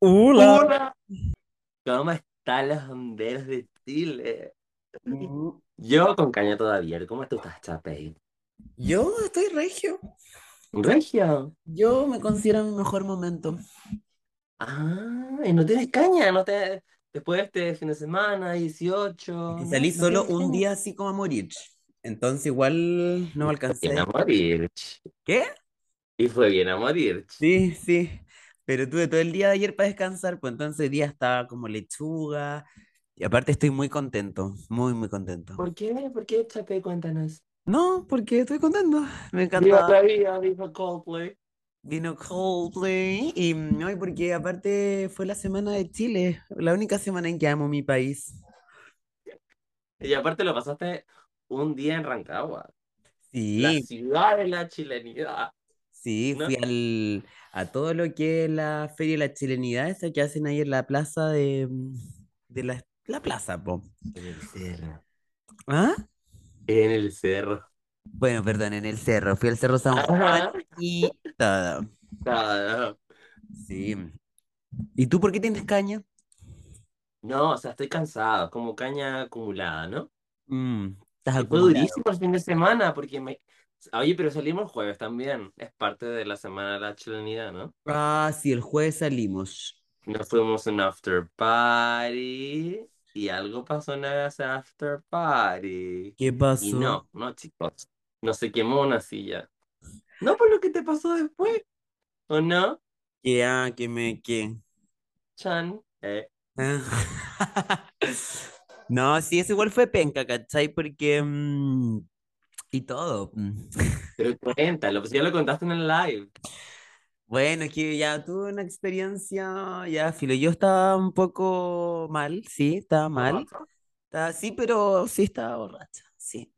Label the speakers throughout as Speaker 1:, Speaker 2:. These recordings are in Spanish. Speaker 1: Hola.
Speaker 2: Hola, ¿cómo están los honderos de Chile?
Speaker 1: Mm,
Speaker 2: Yo con caña todavía, ¿cómo tú estás, Chapey?
Speaker 1: Yo estoy regio.
Speaker 2: Regio.
Speaker 1: Yo me considero en mi mejor momento.
Speaker 2: Ah, y no tienes caña, no te... después de este fin de semana,
Speaker 1: Es
Speaker 2: 18,
Speaker 1: que
Speaker 2: Oh, no,
Speaker 1: salí
Speaker 2: no
Speaker 1: solo
Speaker 2: tienes
Speaker 1: un
Speaker 2: caña.
Speaker 1: día así como a morir. Entonces igual no me
Speaker 2: Y fue bien a
Speaker 1: alcancé.
Speaker 2: morir. ch.
Speaker 1: ¿Qué?
Speaker 2: Y fue bien a morir. ch.
Speaker 1: Sí, sí. Pero tuve todo el día de ayer para descansar, pues entonces hoy día estaba como lechuga. Y aparte estoy muy contento, muy, muy contento.
Speaker 2: ¿Por qué? ¿Por qué, Chapey? Cuéntanos.
Speaker 1: No, porque estoy contento. Me
Speaker 2: Viva
Speaker 1: encanta.
Speaker 2: la vida, viva Coldplay.
Speaker 1: Vino Coldplay y no, y porque aparte fue la semana de Chile, la única semana en que amo mi país.
Speaker 2: Y aparte lo pasaste un día en Rancagua, la
Speaker 1: Sí,
Speaker 2: ciudad de la chilenidad,
Speaker 1: sí,
Speaker 2: ¿no?
Speaker 1: fui al, a todo lo que es la Feria de la Chilenidad, esa que hacen ahí en la plaza de, mm, de la, la plaza, po.
Speaker 2: En el cerro.
Speaker 1: ¿Ah?
Speaker 2: En el cerro.
Speaker 1: Bueno, perdón, en el cerro, fui al Cerro San Juan
Speaker 2: Ajá.
Speaker 1: y todo.
Speaker 2: Ah,
Speaker 1: Sí. ¿Y tú por qué tienes caña?
Speaker 2: No, o sea, estoy cansado, como caña acumulada, ¿no?
Speaker 1: Mm, estás
Speaker 2: Y fue
Speaker 1: acumulado.
Speaker 2: durísimo el fin de semana, porque me... Oye, pero salimos jueves también, es parte de la semana de la chilenidad, ¿no?
Speaker 1: Ah, sí, el jueves salimos.
Speaker 2: Nos fuimos a un after party y algo pasó en ese after party.
Speaker 1: ¿Qué
Speaker 2: Y
Speaker 1: pasó?
Speaker 2: no, no, chicos, no se quemó una silla. No por lo que te pasó después, ¿o no?
Speaker 1: Que, ah, que me, que.
Speaker 2: Chan, eh.
Speaker 1: Ah. No, sí, eso igual fue penca, ¿cachai? Porque... mm, y todo. mm.
Speaker 2: Pero cuéntalo, pues ya lo contaste en el live.
Speaker 1: Bueno, es que ya tuve una experiencia, ya, filo, yo estaba un poco mal, sí, estaba mal.
Speaker 2: ¿Borracho?
Speaker 1: Estaba, sí, pero sí estaba borracha, sí.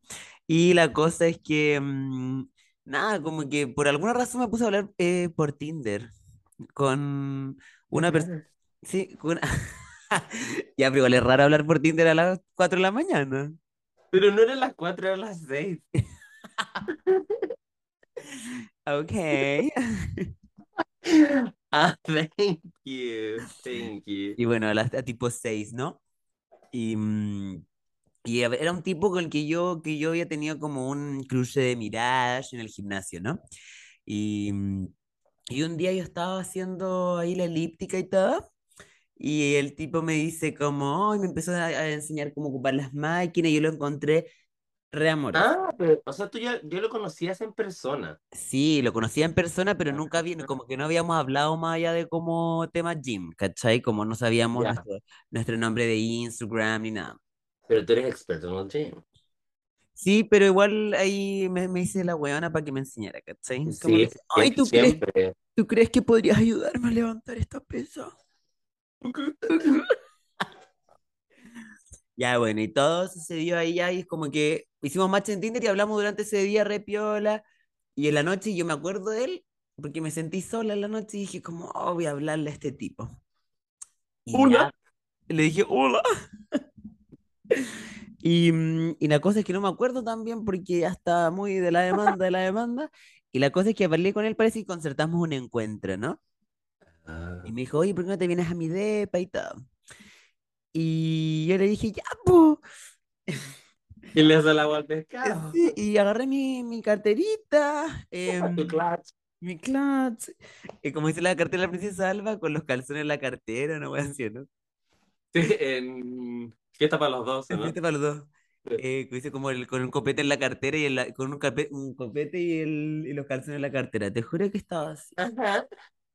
Speaker 1: Y la cosa es que, mm, nada, como que por alguna razón me puse a hablar eh, por Tinder con
Speaker 2: Qué
Speaker 1: una persona,
Speaker 2: raro.
Speaker 1: sí, con una... Ya, pero igual es raro hablar por Tinder a las 4 de la mañana.
Speaker 2: Pero no eran las cuatro, eran las seis.
Speaker 1: Ok.
Speaker 2: Ah, thank you, thank you.
Speaker 1: Y bueno, a, las, a tipo 6, ¿no? Y, mm, y a ver, era un tipo con el que yo, que yo había tenido como un cruce de miradas en el gimnasio, ¿no? Y, mm, y un día yo estaba haciendo ahí la elíptica y todo. Y el tipo me dice como, "Ay", me empezó a, a enseñar cómo ocupar las máquinas y yo lo encontré re amoroso.
Speaker 2: Ah, pero, o sea, tú ya, yo lo conocías en persona.
Speaker 1: Sí, lo conocía en persona, pero nunca vi, como que no habíamos hablado más allá de como tema gym, ¿cachai? Como no sabíamos
Speaker 2: Ya,
Speaker 1: nuestro, nuestro nombre de Instagram ni nada.
Speaker 2: pero tú eres experto en el gym.
Speaker 1: Sí, pero igual ahí me, me hice la huevona para que me enseñara, ¿cachai? Como le
Speaker 2: Sí,
Speaker 1: dije, ay,
Speaker 2: sie-
Speaker 1: ¿tú crees,
Speaker 2: siempre.
Speaker 1: tú crees que podrías ayudarme a levantar esta pesa? Ya, bueno, y todo sucedió ahí, ya, y es como que hicimos match en Tinder y hablamos durante ese día re piola, y en la noche yo me acuerdo de él, porque me sentí sola en la noche y dije como, oh, voy a hablarle a este tipo. Y
Speaker 2: Hola.
Speaker 1: ya, le dije, hola. Y, mm, y la cosa es que no me acuerdo también porque ya estaba muy de la demanda, de la demanda. Y la cosa es que hablé con él, parece que concertamos un encuentro, ¿no? Y
Speaker 2: Ah,
Speaker 1: me dijo, oye, ¿por qué no te vienes a mi depa y todo? Y yo le dije, ya, po.
Speaker 2: Y le das el agua al
Speaker 1: Eh,
Speaker 2: pescado.
Speaker 1: sí, Y agarré mi, mi carterita,
Speaker 2: Tu
Speaker 1: em,
Speaker 2: clutch.
Speaker 1: mi clutch, eh, como dice la cartera de la princesa Alba, con los calzones en la cartera, una wea así, ¿no?
Speaker 2: Sí, en fiesta para los dos, ¿o
Speaker 1: En
Speaker 2: ¿no?
Speaker 1: fiesta para los dos. Eh, que hice como el, con un copete en la cartera y en la- con un, cape- un copete y, el, y los calzones en la cartera. Te juro que estaba así.
Speaker 2: Ajá.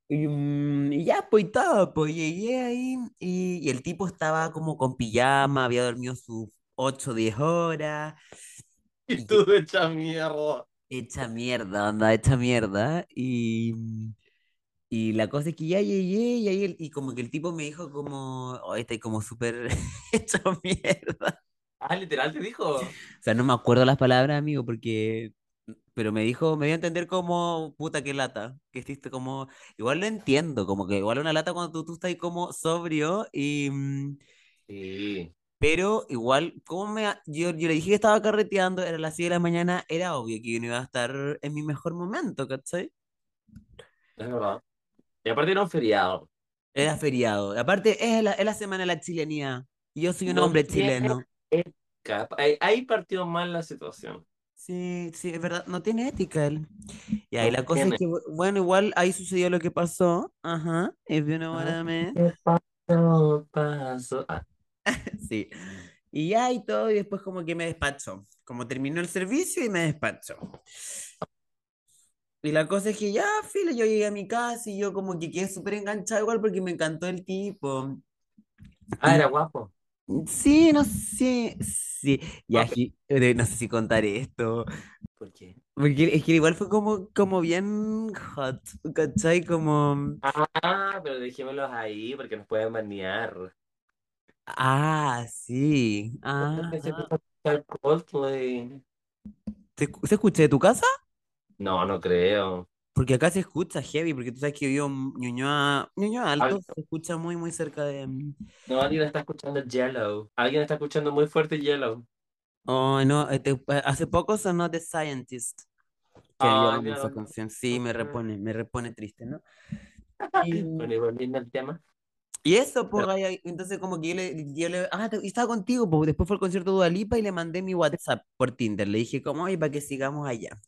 Speaker 1: Y, mm, y ya, pues y todo, pues llegué ahí y, y el tipo estaba como con pijama, había dormido sus 8 o 10 horas.
Speaker 2: Y
Speaker 1: Y yo,
Speaker 2: tú hecha mierda.
Speaker 1: hecha mierda, onda, hecha mierda. Y, mm, y la cosa es que ya llegué y, ahí el- y como que el tipo me dijo como, oh, estoy como súper hecho mierda.
Speaker 2: Ah, literal te dijo.
Speaker 1: O sea, no me acuerdo las palabras, amigo, porque... mm, Pero me dijo, me dio a entender como, puta, qué lata. Que estiste como... Igual lo entiendo, como que igual una lata cuando tú, tú estás ahí como sobrio y... mm,
Speaker 2: Sí.
Speaker 1: Pero igual, como me... a- Yo, yo le dije que estaba carreteando, era las 6 de la mañana, era obvio que yo no iba a estar en mi mejor momento, ¿cachai?
Speaker 2: Es verdad. Y aparte era un feriado.
Speaker 1: Era feriado. Aparte, es la, es la semana de la chilenía. Y yo soy un
Speaker 2: No
Speaker 1: hombre
Speaker 2: tiene-
Speaker 1: chileno.
Speaker 2: Cap- Ahí, ahí partió mal la situación.
Speaker 1: Sí, sí, es verdad, no tiene ética él. Y ahí
Speaker 2: No
Speaker 1: la cosa es
Speaker 2: tiene.
Speaker 1: que, bu- bueno, igual ahí sucedió lo que pasó. Ajá, if you know what I mean.
Speaker 2: ¿Qué pasó? pasó? Ah,
Speaker 1: Sí. Y ya y todo, y después como que me despachó. Como terminó el servicio y me despachó. Y la cosa es que ya, filo, yo llegué a mi casa y yo como que quedé súper enganchado igual porque me encantó el tipo.
Speaker 2: ah, era guapo.
Speaker 1: Sí, no sé, sí. Ya,
Speaker 2: Ok.
Speaker 1: gi- eh, no sé si contaré esto.
Speaker 2: ¿Por qué?
Speaker 1: Porque es que igual fue como, como bien hot, ¿cachai? Como,
Speaker 2: Ah, pero dejémoslos ahí porque nos pueden banear.
Speaker 1: ah, sí,
Speaker 2: ¿Cuándo
Speaker 1: ah,
Speaker 2: pensé que iba a escuchar Coldplay?
Speaker 1: ¿Se, escu- se escucha de tu casa?
Speaker 2: No, no creo.
Speaker 1: Porque acá se escucha heavy, porque tú sabes que yo vivo en Ñuñoa, Ñuñoa Alto,
Speaker 2: Alto.
Speaker 1: se escucha muy, muy cerca de... mm,
Speaker 2: No, alguien está escuchando Yellow. Alguien está escuchando muy fuerte Yellow.
Speaker 1: Oh, no, este, eh, hace poco sonó The Scientist, que yo
Speaker 2: Ah,
Speaker 1: amo esa
Speaker 2: claro.
Speaker 1: canción, sí, me repone, me repone triste, ¿no? Y,
Speaker 2: Bueno, y volviendo al tema.
Speaker 1: y eso, pues, gaya, entonces como que yo le, yo le- ah, te- y estaba contigo, pues, después fue al concierto de Dua Lipa y le mandé mi WhatsApp por Tinder, le dije como, ay, para que sigamos allá.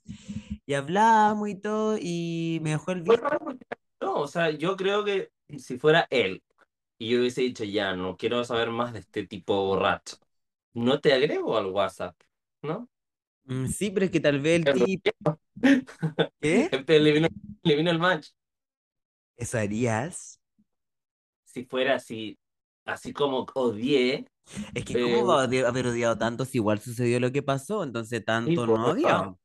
Speaker 1: Y hablamos y todo, y me dejó el
Speaker 2: Fue
Speaker 1: visto.
Speaker 2: raro porque no, o sea, yo creo que si fuera él y yo hubiese dicho, ya, no quiero saber más de este tipo borracho, no te agrego al WhatsApp, ¿no?
Speaker 1: Mm, Sí, pero es que tal vez el
Speaker 2: Pero-
Speaker 1: tipo, ¿qué?
Speaker 2: Le vino, le vino el match.
Speaker 1: ¿Eso harías?
Speaker 2: Si fuera así, así como odié,
Speaker 1: Es que
Speaker 2: eh,
Speaker 1: cómo va a odi- haber odiado tanto si igual sucedió lo que pasó, entonces
Speaker 2: sí,
Speaker 1: tanto
Speaker 2: pues,
Speaker 1: no odio,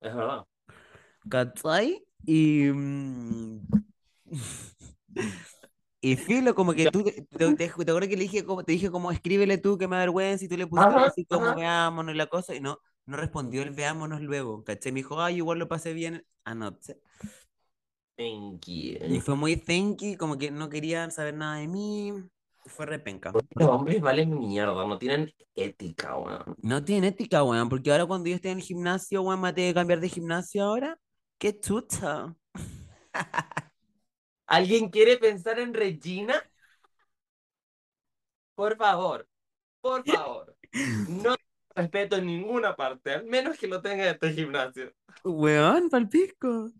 Speaker 2: es verdad.
Speaker 1: ¿cachai? Y, mm, y filo, como que
Speaker 2: Ya.
Speaker 1: tú, te, te, te ju- te acuerdas que le dije como, te dije como, escríbele tú, que me avergüenza, y tú le pusiste algo
Speaker 2: Ajá,
Speaker 1: así como,
Speaker 2: ajá.
Speaker 1: veámonos y la cosa, y no, no respondió el veámonos luego, ¿cachai? Me dijo, ay, igual lo pasé bien anoche.
Speaker 2: Thank
Speaker 1: Y
Speaker 2: you.
Speaker 1: fue muy thanky, como que no querían saber nada de mí, fue repenca.
Speaker 2: Los hombres valen mierda, no tienen ética, weón.
Speaker 1: No tiene ética, weón, porque ahora cuando yo esté en el gimnasio, weón, me tengo que cambiar de gimnasio ahora. ¡Qué chucha!
Speaker 2: ¿Alguien quiere pensar en Regina? Por favor, por favor. No respeto en ninguna parte, al menos que lo tenga en este gimnasio.
Speaker 1: Weón, palpico.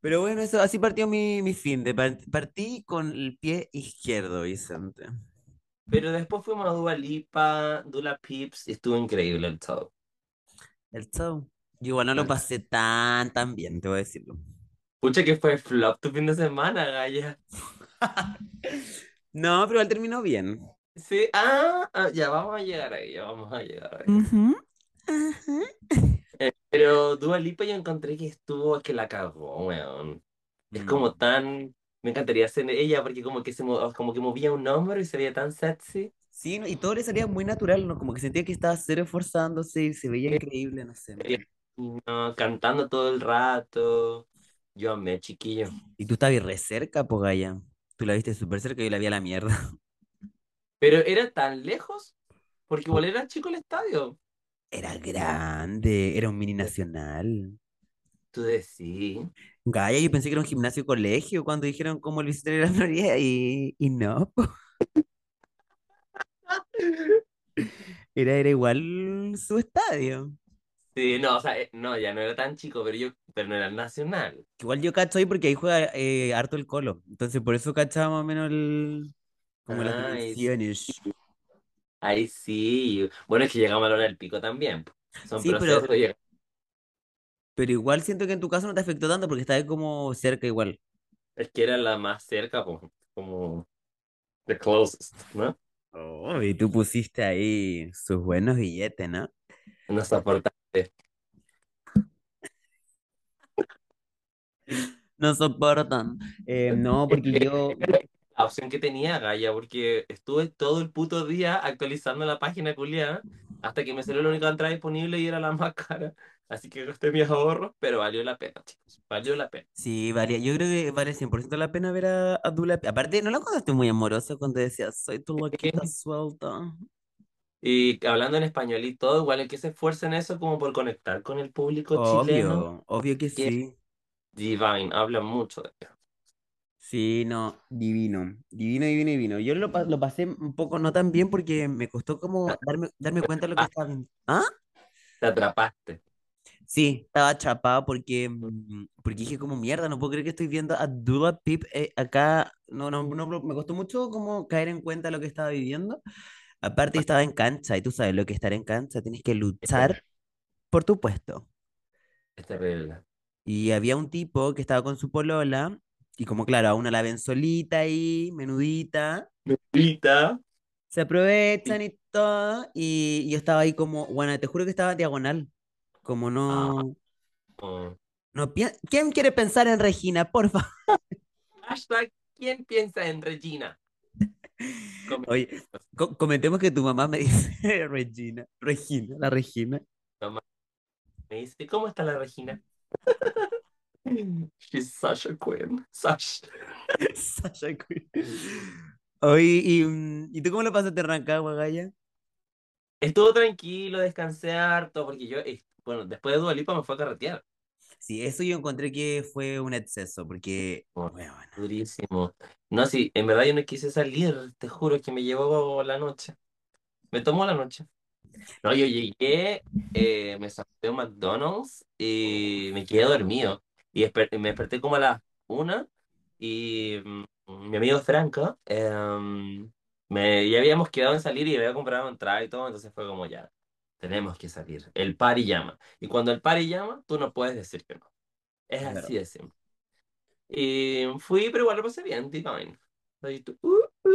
Speaker 1: Pero bueno, eso, así partió mi, mi fin de partí con el pie izquierdo, Vicente.
Speaker 2: Pero después fuimos a Dua Lipa, Dula Pips, y estuvo increíble el show.
Speaker 1: El show. Yo igual no lo
Speaker 2: El-
Speaker 1: pasé tan, tan bien, te voy a decirlo.
Speaker 2: Pucha que fue flop tu fin de semana, Gaya.
Speaker 1: No, pero él terminó bien.
Speaker 2: Sí, ah, ah, ya vamos a llegar ahí, ya vamos a llegar ahí.
Speaker 1: Ujú, ajá.
Speaker 2: Pero Dua Lipa yo encontré que estuvo, es que la cagó, weón. Es
Speaker 1: Mm.
Speaker 2: como tan, me encantaría ser ella porque como que se mo- como que movía un hombro y se veía tan sexy.
Speaker 1: Sí, no, y todo le salía muy natural, ¿no? Como que sentía que estaba cero esforzándose y se veía increíble, no sé,
Speaker 2: Eh,
Speaker 1: man.
Speaker 2: No, cantando todo el rato. Yo amé, chiquillo.
Speaker 1: Y tú estabas re cerca, po, Gaya. Tú la viste súper cerca y yo la vi a la mierda.
Speaker 2: Pero era tan lejos, porque igual era chico el estadio.
Speaker 1: Era grande, era un mini nacional.
Speaker 2: Tú decís.
Speaker 1: Gaya, yo pensé que era un gimnasio colegio cuando dijeron cómo lo hiciste en la Florida y, y no, po. Era, era igual su estadio.
Speaker 2: Sí, no, o sea, eh, no, ya no era tan chico, pero yo, pero no era el nacional.
Speaker 1: Igual yo cacho ahí porque ahí juega eh, harto el Colo. Entonces por eso cachaba más o menos el- como las
Speaker 2: Ay, sí,
Speaker 1: dimensiones.
Speaker 2: ahí sí. Bueno, es que llegamos a la hora del pico también. po. Son
Speaker 1: Sí, pero,
Speaker 2: procesos. llega-
Speaker 1: pero igual siento que en tu caso no te afectó tanto porque estabas como cerca igual.
Speaker 2: Es que era la más cerca, po, como the closest, ¿no?
Speaker 1: Oh, y tú pusiste ahí sus buenos billetes, ¿no?
Speaker 2: Nos aportaste.
Speaker 1: No soportan. Eh, no, porque yo.
Speaker 2: La opción que tenía Gaia, porque estuve todo el puto día actualizando la página culiada hasta que me salió la única entrada disponible y era la más cara. Así que gasté mis ahorros, pero valió la pena, chicos. Valió la pena.
Speaker 1: Sí, valía, yo creo que vale 100% la pena ver a, a Dula. Aparte, ¿no la encontraste muy amorosa cuando decía, soy tu loquita suelta?
Speaker 2: Y hablando en español y todo, igual hay que se esfuercen eso como por conectar con el público chileno,
Speaker 1: Obvio, obvio que
Speaker 2: que es
Speaker 1: sí.
Speaker 2: divine, hablan mucho de ello.
Speaker 1: Sí, no, Mm. divino, divino, divino, divino. Yo lo, pa- lo pasé un poco no tan bien porque me costó como darme, darme cuenta de lo que
Speaker 2: Ah.
Speaker 1: estaba viendo. ¿Ah?
Speaker 2: Te atrapaste.
Speaker 1: Sí, estaba atrapado porque, mm, porque dije como mierda, no puedo creer que estoy viendo a Dula Pip eh, acá. No, no, no, me costó mucho como caer en cuenta de lo que estaba viviendo. Aparte yo estaba en cancha y tú sabes lo que es estar en cancha, tienes que
Speaker 2: Es terrible.
Speaker 1: luchar por tu puesto.
Speaker 2: Es terrible.
Speaker 1: Y había un tipo que estaba con su polola y como claro, a una la ven solita ahí, menudita.
Speaker 2: Pita.
Speaker 1: Se aprovechan y todo. Y yo estaba ahí como, bueno, te juro que estaba diagonal. Como
Speaker 2: Ah,
Speaker 1: no.
Speaker 2: oh.
Speaker 1: no pi- ¿Quién quiere pensar en Regina? Por favor.
Speaker 2: Hashtag, ¿quién piensa en Regina? Come-
Speaker 1: Oye, co- comentemos que tu mamá me dice Regina. Regina, la Regina.
Speaker 2: Mamá me dice, ¿cómo está la Regina? She's such a queen. Such.
Speaker 1: Sasha Queen. Oye, y, mm, ¿y tú cómo lo pasaste en Rancagua, Gaya?
Speaker 2: Estuvo tranquilo, descansé harto, porque yo, eh, bueno, después de Dua Lipa me fue a carretear.
Speaker 1: Sí, eso yo encontré que fue un exceso, porque,
Speaker 2: Oh,
Speaker 1: bueno, bueno,
Speaker 2: Durísimo. No, sí, en verdad yo no quise salir, te juro que me llevó la noche. Me tomó la noche. No, yo llegué, eh, me senté a un McDonald's y me quedé dormido. Y desper- me desperté como a las una y mm, mi amigo Franco, em, me, ya habíamos quedado en salir y había comprado entrada y todo, entonces fue como ya, tenemos que salir. El party llama. Y cuando el party llama, tú no puedes decir que no. Es
Speaker 1: es verdad.
Speaker 2: así de simple. Y fui, pero igual lo pasé bien, divine. Ahí tú, uh, uh.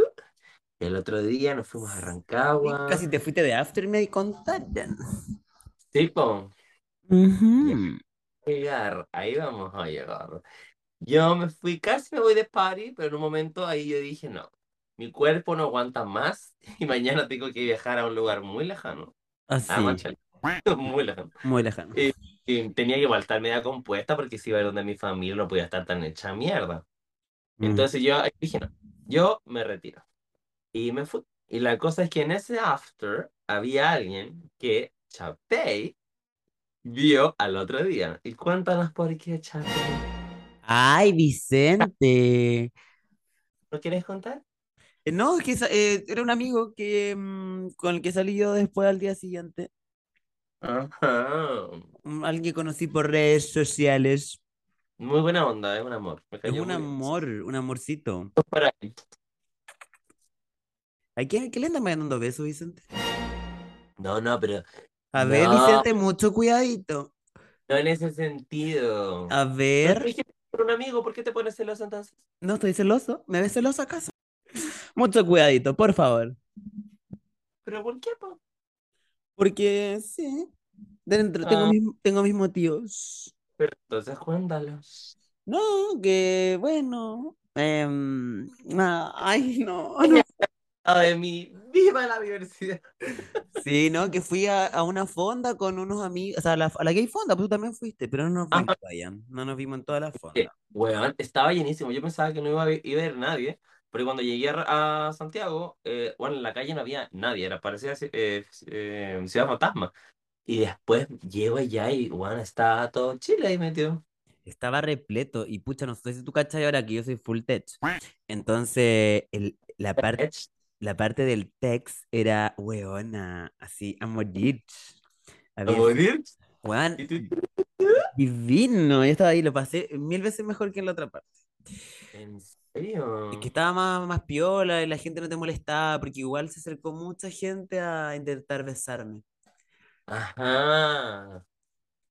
Speaker 2: El otro día nos fuimos a
Speaker 1: Sí,
Speaker 2: Rancagua.
Speaker 1: Casi te fuiste de after y me contaron.
Speaker 2: Sí, po.
Speaker 1: Ujú.
Speaker 2: llegar, ahí vamos a llegar. Yo me fui, casi me voy de party, pero en un momento ahí yo dije, no, mi cuerpo no aguanta más y mañana tengo que viajar a un lugar muy lejano, a
Speaker 1: Así,
Speaker 2: Machala, muy lejano.
Speaker 1: Ah, muy lejano.
Speaker 2: Y, y tenía que igual estar media compuesta porque si iba a ir donde mi familia no podía estar tan hecha mierda.
Speaker 1: Mm.
Speaker 2: Entonces yo ahí dije, no, yo me retiro. Y me fui. Y la cosa es que en ese after había alguien que Chapey vio al otro día. Y cuéntanos por qué Chapey.
Speaker 1: Mm. Ay, Vicente.
Speaker 2: ¿No quieres contar?
Speaker 1: Eh, No, es que sa- eh, era un amigo que, mm, con el que salí yo después al día siguiente.
Speaker 2: Ajá.
Speaker 1: Mm, Alguien que conocí por redes sociales.
Speaker 2: Muy buena onda, es un amor. Me
Speaker 1: Es
Speaker 2: cayó
Speaker 1: un
Speaker 2: muy bien.
Speaker 1: amor, un amorcito.
Speaker 2: Para él.
Speaker 1: ¿A quién, quién le anda mandando besos, Vicente?
Speaker 2: No, no, pero.
Speaker 1: A ver,
Speaker 2: No,
Speaker 1: Vicente, mucho cuidadito.
Speaker 2: no en ese sentido.
Speaker 1: A
Speaker 2: No
Speaker 1: ver,
Speaker 2: te dije por un amigo, ¿por qué te pones celoso entonces?
Speaker 1: no estoy celoso. ¿Me ves celoso acaso? Mucho cuidadito, por favor.
Speaker 2: ¿Pero por qué, po?
Speaker 1: Porque sí, dentro tengo
Speaker 2: Ah,
Speaker 1: mis, tengo mis motivos.
Speaker 2: pero entonces cuéntalos.
Speaker 1: No, que bueno. em, ah, ay, no, no.
Speaker 2: Ah, de mí, viva la diversidad.
Speaker 1: Sí, no, que fui a, a una fonda con unos amigos, o sea, a la, a la gay fonda, pues tú también fuiste, pero no nos
Speaker 2: Ah,
Speaker 1: vimos allá, no nos vimos en toda la
Speaker 2: eh,
Speaker 1: fonda.
Speaker 2: weón, estaba llenísimo. Yo pensaba que no iba a ver, iba a ver nadie. Pero cuando llegué a, Ra- a Santiago, eh, bueno, en la calle no había nadie. Era parecía eh, eh, Ciudad Fantasma. Y después llego allá y, bueno, está todo Chile ahí metido.
Speaker 1: Estaba repleto y pucha, no sé si tú cachai ahora que yo soy full tech. Entonces, el, la, par-
Speaker 2: Ech,
Speaker 1: la parte del text era weona, así, a morir.
Speaker 2: ¿A
Speaker 1: Había,
Speaker 2: morir?
Speaker 1: weón,
Speaker 2: ¿Y tú?
Speaker 1: divino, yo estaba ahí, lo pasé mil veces mejor que en la otra parte.
Speaker 2: ¿En
Speaker 1: Es que
Speaker 2: serio?
Speaker 1: estaba más, más piola y la gente no te molestaba, porque igual se acercó mucha gente a intentar besarme.
Speaker 2: Ajá.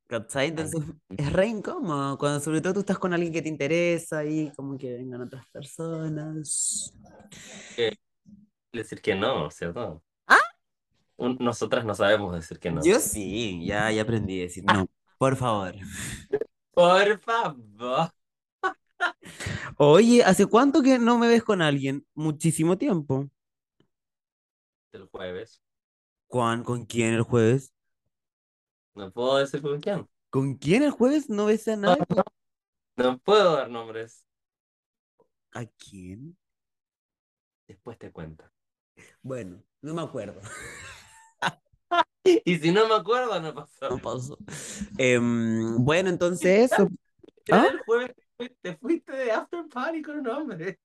Speaker 1: ¿Cachai?
Speaker 2: Ay,
Speaker 1: Entonces es re incómodo, cuando sobre todo tú estás con alguien que te interesa y como que vengan otras personas.
Speaker 2: eh, decir que no, ¿cierto?
Speaker 1: Ah,
Speaker 2: Un- nosotras no sabemos decir que no.
Speaker 1: Yo sí, ya, ya aprendí a decir no, por favor.
Speaker 2: Por favor.
Speaker 1: Oye, ¿hace cuánto que no me ves con alguien? Muchísimo tiempo.
Speaker 2: El jueves.
Speaker 1: ¿Con, con quién el jueves?
Speaker 2: No puedo decir con quién.
Speaker 1: ¿Con quién el jueves no ves a nadie?
Speaker 2: No puedo dar nombres.
Speaker 1: ¿A quién?
Speaker 2: Después te cuento.
Speaker 1: Bueno, no me acuerdo.
Speaker 2: Y si no me acuerdo, no pasó.
Speaker 1: No pasó. Em, bueno, entonces eso.
Speaker 2: Era
Speaker 1: ¿Ah?
Speaker 2: el jueves. Te fuiste de after party con un hombre.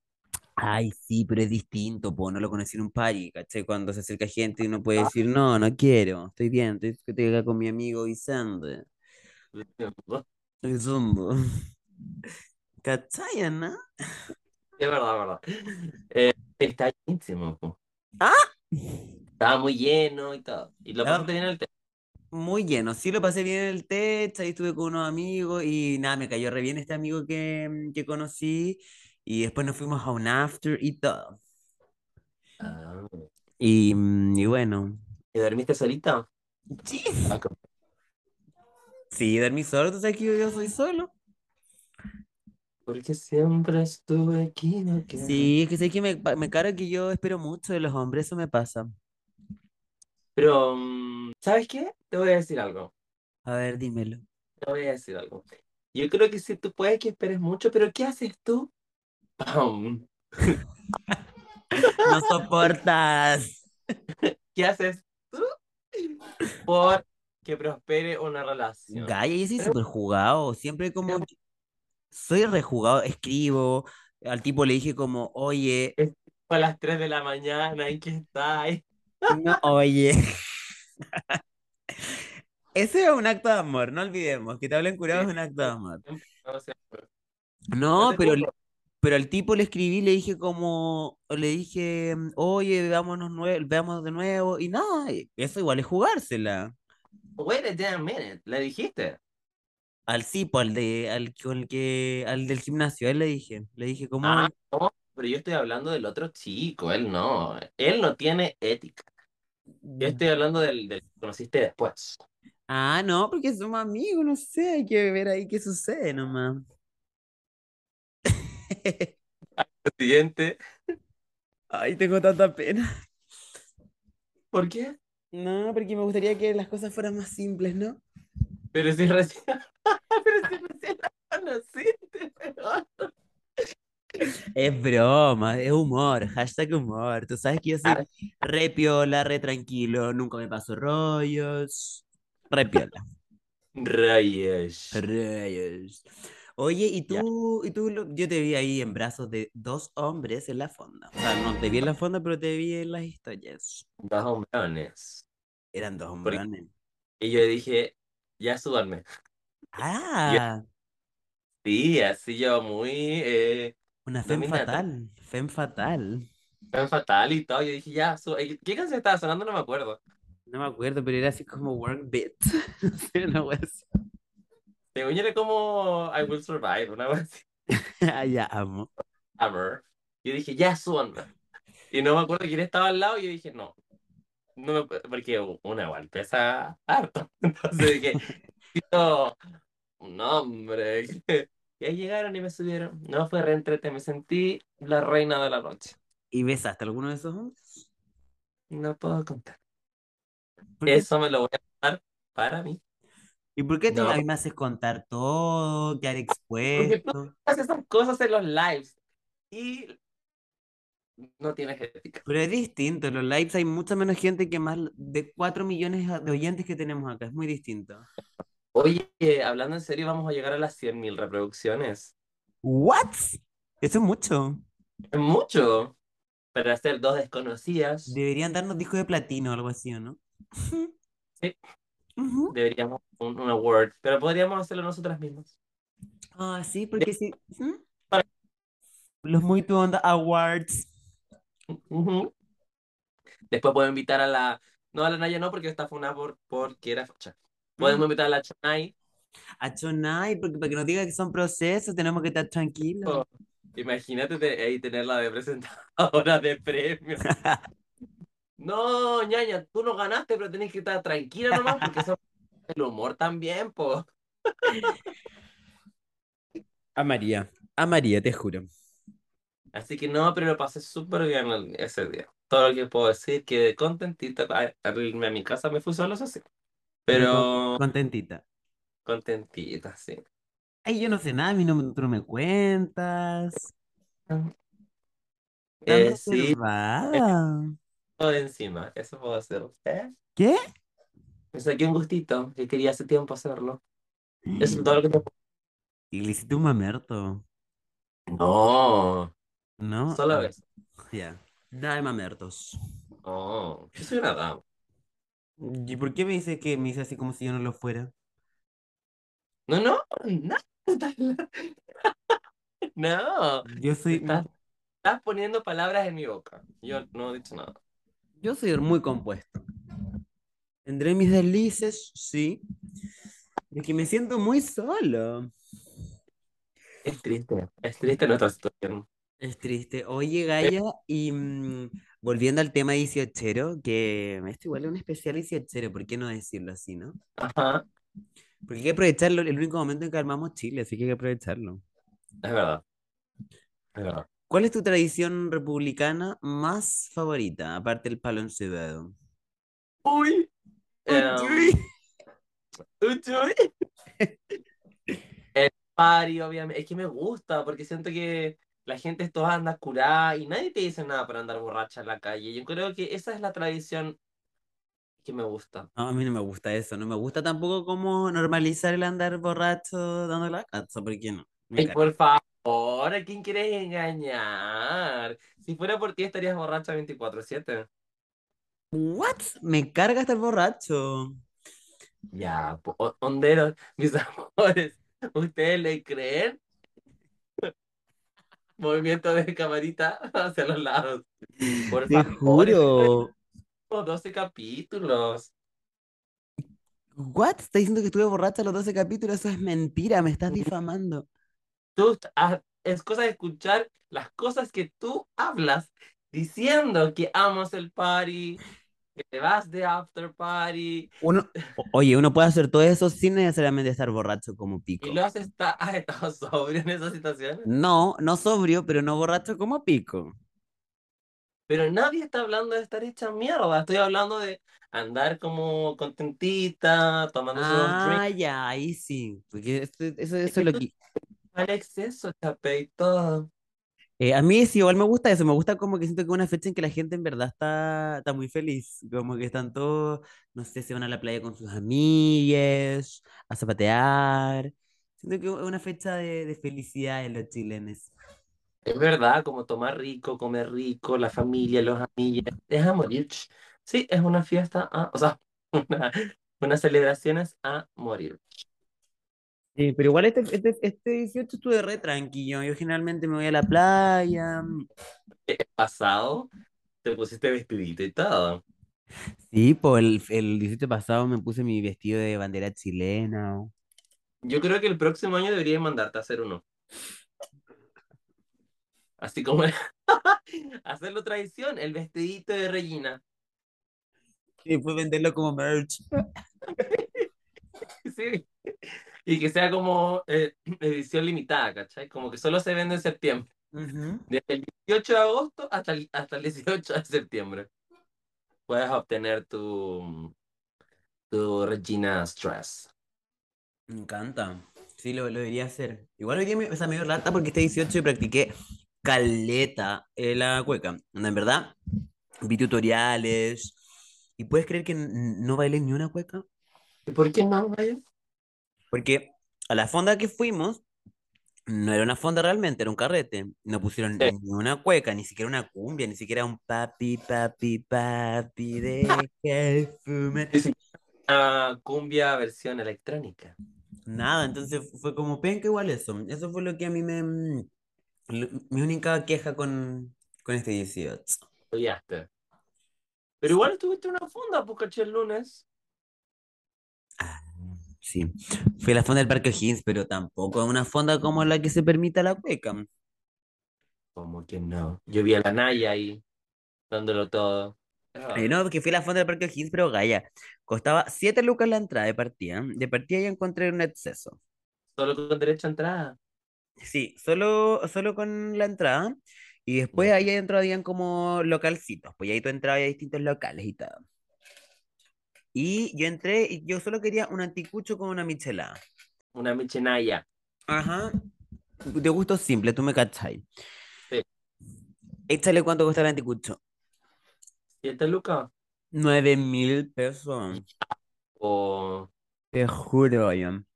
Speaker 1: Ay, sí, pero es distinto, po, no lo conocí en un party, ¿cachai? Cuando se acerca gente y uno puede decir, no, no quiero, estoy bien, estoy, estoy acá con mi amigo Vicente. El zombo. ¿Cachai, no?
Speaker 2: Es verdad, es verdad. Eh, está llenísimo. po.
Speaker 1: ¿Ah?
Speaker 2: Estaba muy lleno y todo. Y lo
Speaker 1: Estaba-
Speaker 2: pasaste bien en el té.
Speaker 1: Muy lleno, sí lo pasé bien en el TED, ahí estuve con unos amigos y nada, me cayó re bien este amigo que, que conocí y después nos fuimos a un after y todo.
Speaker 2: Ah.
Speaker 1: Y, mm, y bueno.
Speaker 2: ¿Y dormiste solito?
Speaker 1: Sí.
Speaker 2: Ah, con-
Speaker 1: Sí, dormí solo, tú sabes que yo, yo soy solo.
Speaker 2: Porque siempre estuve aquí. ¿no? Que-
Speaker 1: Sí, es que sé que me, pa- me cara que yo espero mucho de los hombres, eso me pasa.
Speaker 2: Pero, mm, ¿sabes qué? Te voy a decir algo.
Speaker 1: A ver, dímelo.
Speaker 2: Te voy a decir algo. Yo creo que sí, tú puedes que esperes mucho, pero ¿qué haces tú? ¡Pam!
Speaker 1: No soportas.
Speaker 2: ¿Qué haces tú por que prospere una relación?
Speaker 1: Gaya, yo soy
Speaker 2: Pero-
Speaker 1: súper jugado. Siempre como. que- Soy rejugado. Escribo. Al tipo le dije como, oye.
Speaker 2: A las 3 de la mañana, ¿en qué estás?
Speaker 1: No, oye. Ese es un acto de amor, no olvidemos. Que te hablen curado es un acto de amor.
Speaker 2: No sé,
Speaker 1: No,
Speaker 2: te
Speaker 1: pero,
Speaker 2: culpo.
Speaker 1: pero al tipo le escribí, le dije como. Le dije, oye, veámonos, nue- veamos de nuevo. Y nada, y eso igual es jugársela.
Speaker 2: Wait a damn minute, le dijiste.
Speaker 1: Al Cipo, al de, al con el que, al del gimnasio, a él le dije, le dije como,
Speaker 2: Ah,
Speaker 1: "Oye,
Speaker 2: no, pero yo estoy hablando del otro chico, él no, él no tiene ética. Yo
Speaker 1: Mm. este.
Speaker 2: estoy hablando del, del que conociste después.
Speaker 1: ah, no, porque somos amigos, no sé, hay que ver ahí qué sucede nomás.
Speaker 2: Siguiente.
Speaker 1: Ay, tengo tanta pena.
Speaker 2: ¿Por qué?
Speaker 1: No, porque me gustaría que las cosas fueran más simples, ¿no?
Speaker 2: Pero si recién, pero si recién la conociste, pero...
Speaker 1: Es broma, es humor, hashtag humor. Tú sabes que yo soy
Speaker 2: Ah,
Speaker 1: re piola, re tranquilo, nunca me paso rollos. Re piola.
Speaker 2: Reyes.
Speaker 1: Reyes. Oye, ¿y
Speaker 2: Ya.
Speaker 1: tú, y tú, lo- yo te vi ahí en brazos de dos hombres en la fonda. O sea, no te vi en la fonda, pero te vi en las historias.
Speaker 2: Dos hombrones.
Speaker 1: Eran dos
Speaker 2: Porque-
Speaker 1: hombrones.
Speaker 2: Y yo dije, ya súbanme.
Speaker 1: Ah,
Speaker 2: Sí, así yo muy... Eh,
Speaker 1: una femme
Speaker 2: dominante.
Speaker 1: fatal, femme fatal.
Speaker 2: Tan fatal y todo. Yo dije, ya, su- eh, ¿qué canción estaba sonando? No me acuerdo.
Speaker 1: No me acuerdo, pero era así como work bit. No sé, una wea así.
Speaker 2: Según yo era como I Will Survive, una vez así.
Speaker 1: Ah, ya amo.
Speaker 2: Hammer. Yo dije, ya, súbanme. Y no me acuerdo quién estaba al lado. Y yo dije, no. No me puedo, porque una igual pesa harto. Entonces dije, "Necesito un hombre. Y ahí llegaron y me subieron. No, fue re entrete, Me sentí la reina de la noche.
Speaker 1: ¿Y besaste a alguno de esos hombres?
Speaker 2: No puedo contar.
Speaker 1: ¿Por qué-
Speaker 2: Eso me lo voy a contar para mí.
Speaker 1: ¿Y por qué tú
Speaker 2: No.
Speaker 1: a mí me haces contar todo, quedar
Speaker 2: Porque tú
Speaker 1: expuesto?
Speaker 2: haces esas cosas en los lives. Y no tienes ética.
Speaker 1: Pero es distinto, los lives hay mucha menos gente que más de 4 millones de oyentes que tenemos acá, es muy distinto.
Speaker 2: Oye, eh, hablando en serio, vamos a llegar a las 100.000 reproducciones.
Speaker 1: ¿What? Eso es mucho.
Speaker 2: Es mucho para hacer dos desconocidas.
Speaker 1: Deberían darnos disco de platino o algo así, ¿o no?
Speaker 2: Sí.
Speaker 1: Ujú.
Speaker 2: Deberíamos un, un award, pero podríamos hacerlo nosotras mismas.
Speaker 1: Ah, sí, porque sí. ¿Mm? Los Muy Tu Onda Awards.
Speaker 2: Ujú. Después puedo invitar a la. No, a la Naya no, porque está funada por, porque era facha. Podemos invitar a la Chanay.
Speaker 1: A Chonai, porque para que nos diga que son procesos, tenemos que estar tranquilos.
Speaker 2: o- Imagínate te- ahí tenerla de presentadora de premio. No, ñaña, tú no ganaste, pero tenés que estar tranquila nomás, porque eso es el humor también, po.
Speaker 1: A María, a María, te juro.
Speaker 2: Así que no, pero lo pasé súper bien el- ese día. Todo lo que puedo decir, quedé contentita a- al irme a mi casa, me fui solo, eso sí.
Speaker 1: Pero con-
Speaker 2: Pero
Speaker 1: contentita.
Speaker 2: contentita, sí.
Speaker 1: Ay, yo no sé nada, a mí no, me- tú no me cuentas. Tan
Speaker 2: Eh, sí,
Speaker 1: reservada.
Speaker 2: todo encima, eso puedo hacer. ¿Eh?
Speaker 1: ¿Qué?
Speaker 2: Me saqué un gustito, que quería hace tiempo hacerlo. Eso es todo lo que te
Speaker 1: Y le hiciste un mamerto,
Speaker 2: No,
Speaker 1: ¿no?
Speaker 2: sola
Speaker 1: Ah,
Speaker 2: vez.
Speaker 1: Ya. Nada de mamertos.
Speaker 2: No, yo soy una dama.
Speaker 1: ¿Y por qué me dices que me dice así como si yo no lo fuera?
Speaker 2: No, no, nada. No,
Speaker 1: Yo soy,
Speaker 2: estás, estás poniendo palabras en mi boca. Yo no he dicho nada.
Speaker 1: yo soy muy compuesto. Tendré mis deslices, sí. Es que me siento muy solo.
Speaker 2: Es triste, es triste nuestra situación.
Speaker 1: Es triste. Oye, Gaya, y mm, volviendo al tema 18, que esto igual es un especial 18, ¿por qué no decirlo así, no?
Speaker 2: Ajá,
Speaker 1: Porque hay que aprovecharlo, el único momento en que armamos Chile, así que hay que aprovecharlo.
Speaker 2: es verdad, es verdad.
Speaker 1: ¿Cuál es tu tradición republicana más favorita, aparte del palo encebado?
Speaker 2: Uy, em,
Speaker 1: Uchuy.
Speaker 2: uy, uy. El party, obviamente. Es que me gusta, porque siento que la gente toda anda curada y nadie te dice nada por andar borracha en la calle. Yo creo que esa es la tradición que me gusta.
Speaker 1: No, a mí no me gusta eso, no me gusta tampoco como normalizar el andar borracho dando la cacha, ¿por qué no? Me
Speaker 2: Ay,
Speaker 1: cago.
Speaker 2: por favor, ¿a quién quieres engañar? Si fuera por ti, estarías borracha 24/7.
Speaker 1: ¿What? Me carga estar borracho.
Speaker 2: Ya, po- o- honderos, mis amores, ¿ustedes le creen? Movimiento de camarita hacia los lados. Por
Speaker 1: Te
Speaker 2: favor, esto es
Speaker 1: juro.
Speaker 2: como 12 capítulos.
Speaker 1: ¿What? ¿Estás diciendo que estuve borracha los 12 capítulos? Eso es mentira, me estás difamando.
Speaker 2: Tú, ah, es cosa de escuchar las cosas que tú hablas diciendo que amas el party, que te vas de after party
Speaker 1: Uno, o- oye, uno puede hacer todo eso sin necesariamente estar borracho como
Speaker 2: y
Speaker 1: pico.
Speaker 2: lo has, esta- has estado sobrio en esas situaciones.
Speaker 1: No, no sobrio, pero no borracho como pico.
Speaker 2: Pero nadie está hablando de estar hecha mierda. Estoy hablando de andar como contentita, tomándose dos drinks.
Speaker 1: Ah, ya, ahí sí. Porque eso, eso,
Speaker 2: Es
Speaker 1: eso es
Speaker 2: que
Speaker 1: lo
Speaker 2: tú
Speaker 1: que.
Speaker 2: al exceso, chape, y todo.
Speaker 1: Eh, a mí sí, igual me gusta eso. Me gusta como que siento que es una fecha en que la gente en verdad está, está muy feliz. Como que están todos, no sé, se van a la playa con sus amigues, a zapatear. Siento que es una fecha de, de felicidad en los chilenos.
Speaker 2: Es verdad, como tomar rico, comer rico, la familia, los amigos. Deja morir. ch. Sí, es una fiesta a, o sea, una, unas celebraciones a morir.
Speaker 1: Sí, pero igual este, este, este 18 estuve re tranquilo. Yo generalmente me voy a la playa.
Speaker 2: Eh, Pasado, te pusiste vestidito y todo.
Speaker 1: Sí, por el, el 18 pasado me puse mi vestido de bandera chilena.
Speaker 2: Yo creo que el próximo año deberías mandarte a hacer uno. Así como hacerlo tradición, el vestidito de Regina.
Speaker 1: Y después venderlo como merch.
Speaker 2: Sí. Y que sea como eh, edición limitada, ¿cachai? Como que solo se vende en septiembre.
Speaker 1: Ujú.
Speaker 2: Desde el 18 de agosto hasta el, hasta el 18 de septiembre. Puedes obtener tu, tu Regina Stress.
Speaker 1: Me encanta. Sí, lo, lo debería hacer. Igual hoy día me, o sea, me dio lata porque este 18 y practiqué caleta eh, la cueca. Onda, En verdad, vi tutoriales. ¿Y puedes creer que n- no bailé ni una cueca?
Speaker 2: ¿Y por qué no, Maya?
Speaker 1: Porque a la fonda que fuimos, no era una fonda realmente, era un carrete. No pusieron
Speaker 2: Sí.
Speaker 1: ni una cueca, ni siquiera una cumbia, ni siquiera un papi, papi, papi, de que fume.
Speaker 2: Ni siquiera una Ah, cumbia versión electrónica.
Speaker 1: Nada, entonces fue como penca igual eso. Eso fue lo que a mí me... mm, lo- Mi única queja con, con este 18.
Speaker 2: Odiaste. Pero igual estuviste en una funda, pues, caché el lunes.
Speaker 1: Ah, sí. Fui a la fonda del Parque O'Higgins, pero tampoco es una fonda como la que se permite a la cueca.
Speaker 2: Como que no? Yo vi a la Naya ahí, dándolo todo. Es
Speaker 1: Eh,
Speaker 2: verdad.
Speaker 1: no, porque fui a la fonda del Parque O'Higgins, pero gaya. Costaba 7 lucas la entrada de partida. De partida ya encontré un exceso.
Speaker 2: Solo con derecho a entrada.
Speaker 1: Sí, solo, solo con la entrada. Y después
Speaker 2: Ya.
Speaker 1: ahí adentro habían como localcitos. Pues ahí tú entrabas a distintos locales y todo. Y yo entré y yo solo quería un anticucho con una michelada.
Speaker 2: Una michenaya.
Speaker 1: Ajá. De gusto simple, tú me cachai.
Speaker 2: Sí.
Speaker 1: Échale cuánto cuesta el anticucho.
Speaker 2: ¿Siete lucas?
Speaker 1: Nueve mil pesos.
Speaker 2: O...
Speaker 1: Te juro, Ian.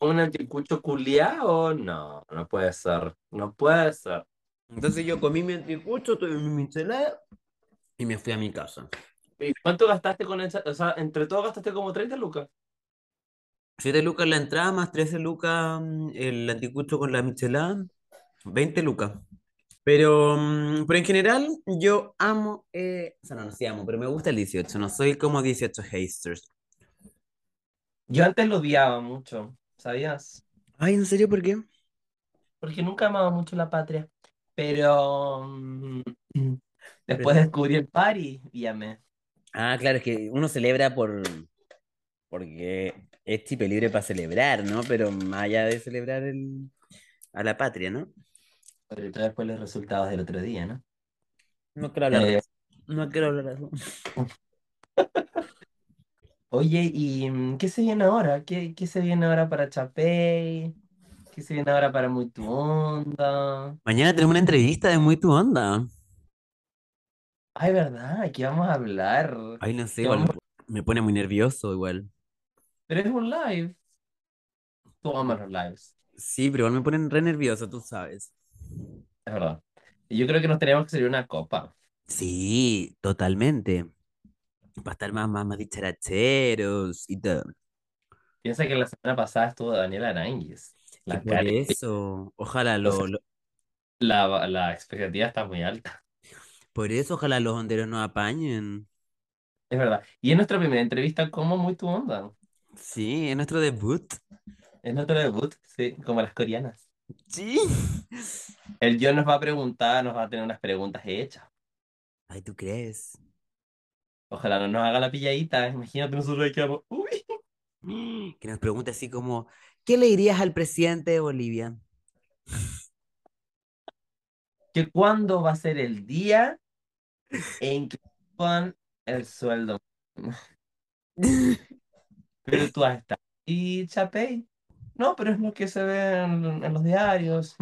Speaker 2: un anticucho culiao? No, no puede ser. No puede ser.
Speaker 1: Entonces yo comí mi anticucho, tuve mi michelada y me fui a mi casa.
Speaker 2: ¿Y cuánto gastaste con esa? O sea, entre todo gastaste como 30 lucas.
Speaker 1: 7 lucas la entrada, más 13 lucas mm, el anticucho con la michelada, 20 lucas. Pero, mm, pero en general, yo amo, eh, o sea, no, no sí amo, pero me gusta el 18, no soy como 18 haters.
Speaker 2: Yo antes lo odiaba mucho, ¿sabías?
Speaker 1: Ay, ¿en serio por qué?
Speaker 2: Porque nunca amaba mucho la patria. Pero mm, después descubrí el party y amé.
Speaker 1: Ah, claro, es que uno celebra por... porque es tipo libre para celebrar, ¿no? Pero más allá de celebrar el... a la patria, ¿no?
Speaker 2: Sobre todo después los resultados del otro día, ¿no?
Speaker 1: No quiero hablar de
Speaker 2: Eh,
Speaker 1: eso. No quiero hablar de eso.
Speaker 2: Oye, ¿y mm, qué se viene ahora? ¿Qué, qué se viene ahora para Chapey? ¿Qué se viene ahora para Muy Tu Onda?
Speaker 1: Mañana tenemos una entrevista de Muy Tu Onda.
Speaker 2: Ay, ¿verdad? ¿Qué vamos a hablar?
Speaker 1: Ay, no sé,
Speaker 2: ¿Qué
Speaker 1: igual me,
Speaker 2: vamos-
Speaker 1: po- me pone muy nervioso igual.
Speaker 2: Pero es un live. Tú amas los lives,
Speaker 1: Sí, pero igual me ponen re nervioso, tú sabes.
Speaker 2: es verdad. Y yo creo que nos tenemos que servir una copa.
Speaker 1: Sí, totalmente. Para estar más, más, más dicharacheros y todo.
Speaker 2: Piensa que la semana pasada estuvo Daniela Aránguiz.
Speaker 1: Que
Speaker 2: La
Speaker 1: por
Speaker 2: cara,
Speaker 1: eso, ojalá
Speaker 2: o sea,
Speaker 1: lo, lo-
Speaker 2: la, la expectativa está muy alta.
Speaker 1: por eso ojalá los honderos nos apañen.
Speaker 2: Es verdad. Y es nuestra primera entrevista como Muy Tu Onda.
Speaker 1: Sí, es nuestro debut.
Speaker 2: Es nuestro debut, sí, como las coreanas.
Speaker 1: Sí.
Speaker 2: El John nos va a preguntar, nos va a tener unas preguntas hechas.
Speaker 1: Ay, ¿tú crees?
Speaker 2: Ojalá no nos haga la pilladita. Imagínate nosotros ahí quedamos. Uy.
Speaker 1: Que nos pregunte así como, ¿qué le dirías al presidente de Bolivia?
Speaker 2: ¿Que cuándo va a ser el día en que suban el sueldo? Pero tú has estado. ¿Y Chapey? No, pero es lo que se ve en, en los diarios.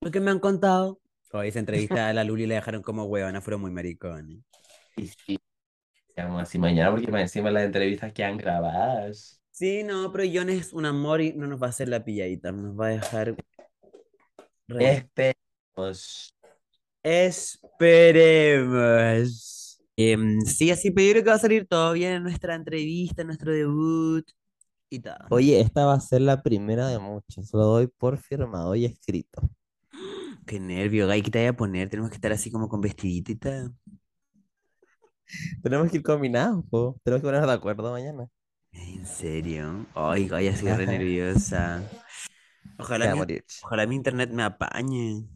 Speaker 1: Lo que me han contado. Hoy Oh, esa entrevista a la Luli la dejaron como huevona, fueron muy maricones.
Speaker 2: Y sí, quedamos así mañana porque más encima las entrevistas quedan grabadas.
Speaker 1: Sí, no, pero John es un amor y no nos va a hacer la pilladita, nos va a dejar re-
Speaker 2: Esperemos.
Speaker 1: Esperemos. Em, sí, así, pero yo creo que va a salir todo bien en nuestra entrevista, en nuestro debut y todo.
Speaker 3: Oye, esta va a ser la primera de muchas. Lo doy por firmado y escrito.
Speaker 1: Qué nervio, gay, ¿qué te voy a poner? Tenemos que estar así como con vestidito y tal.
Speaker 3: Tenemos que ir combinados, po. Tenemos que ponernos de acuerdo mañana.
Speaker 1: ¿En serio? Ay, gay, estoy re
Speaker 3: Ajá.
Speaker 1: nerviosa. Ojalá
Speaker 3: Te va a
Speaker 1: mi,
Speaker 3: morir.
Speaker 1: ojalá mi internet me apañe.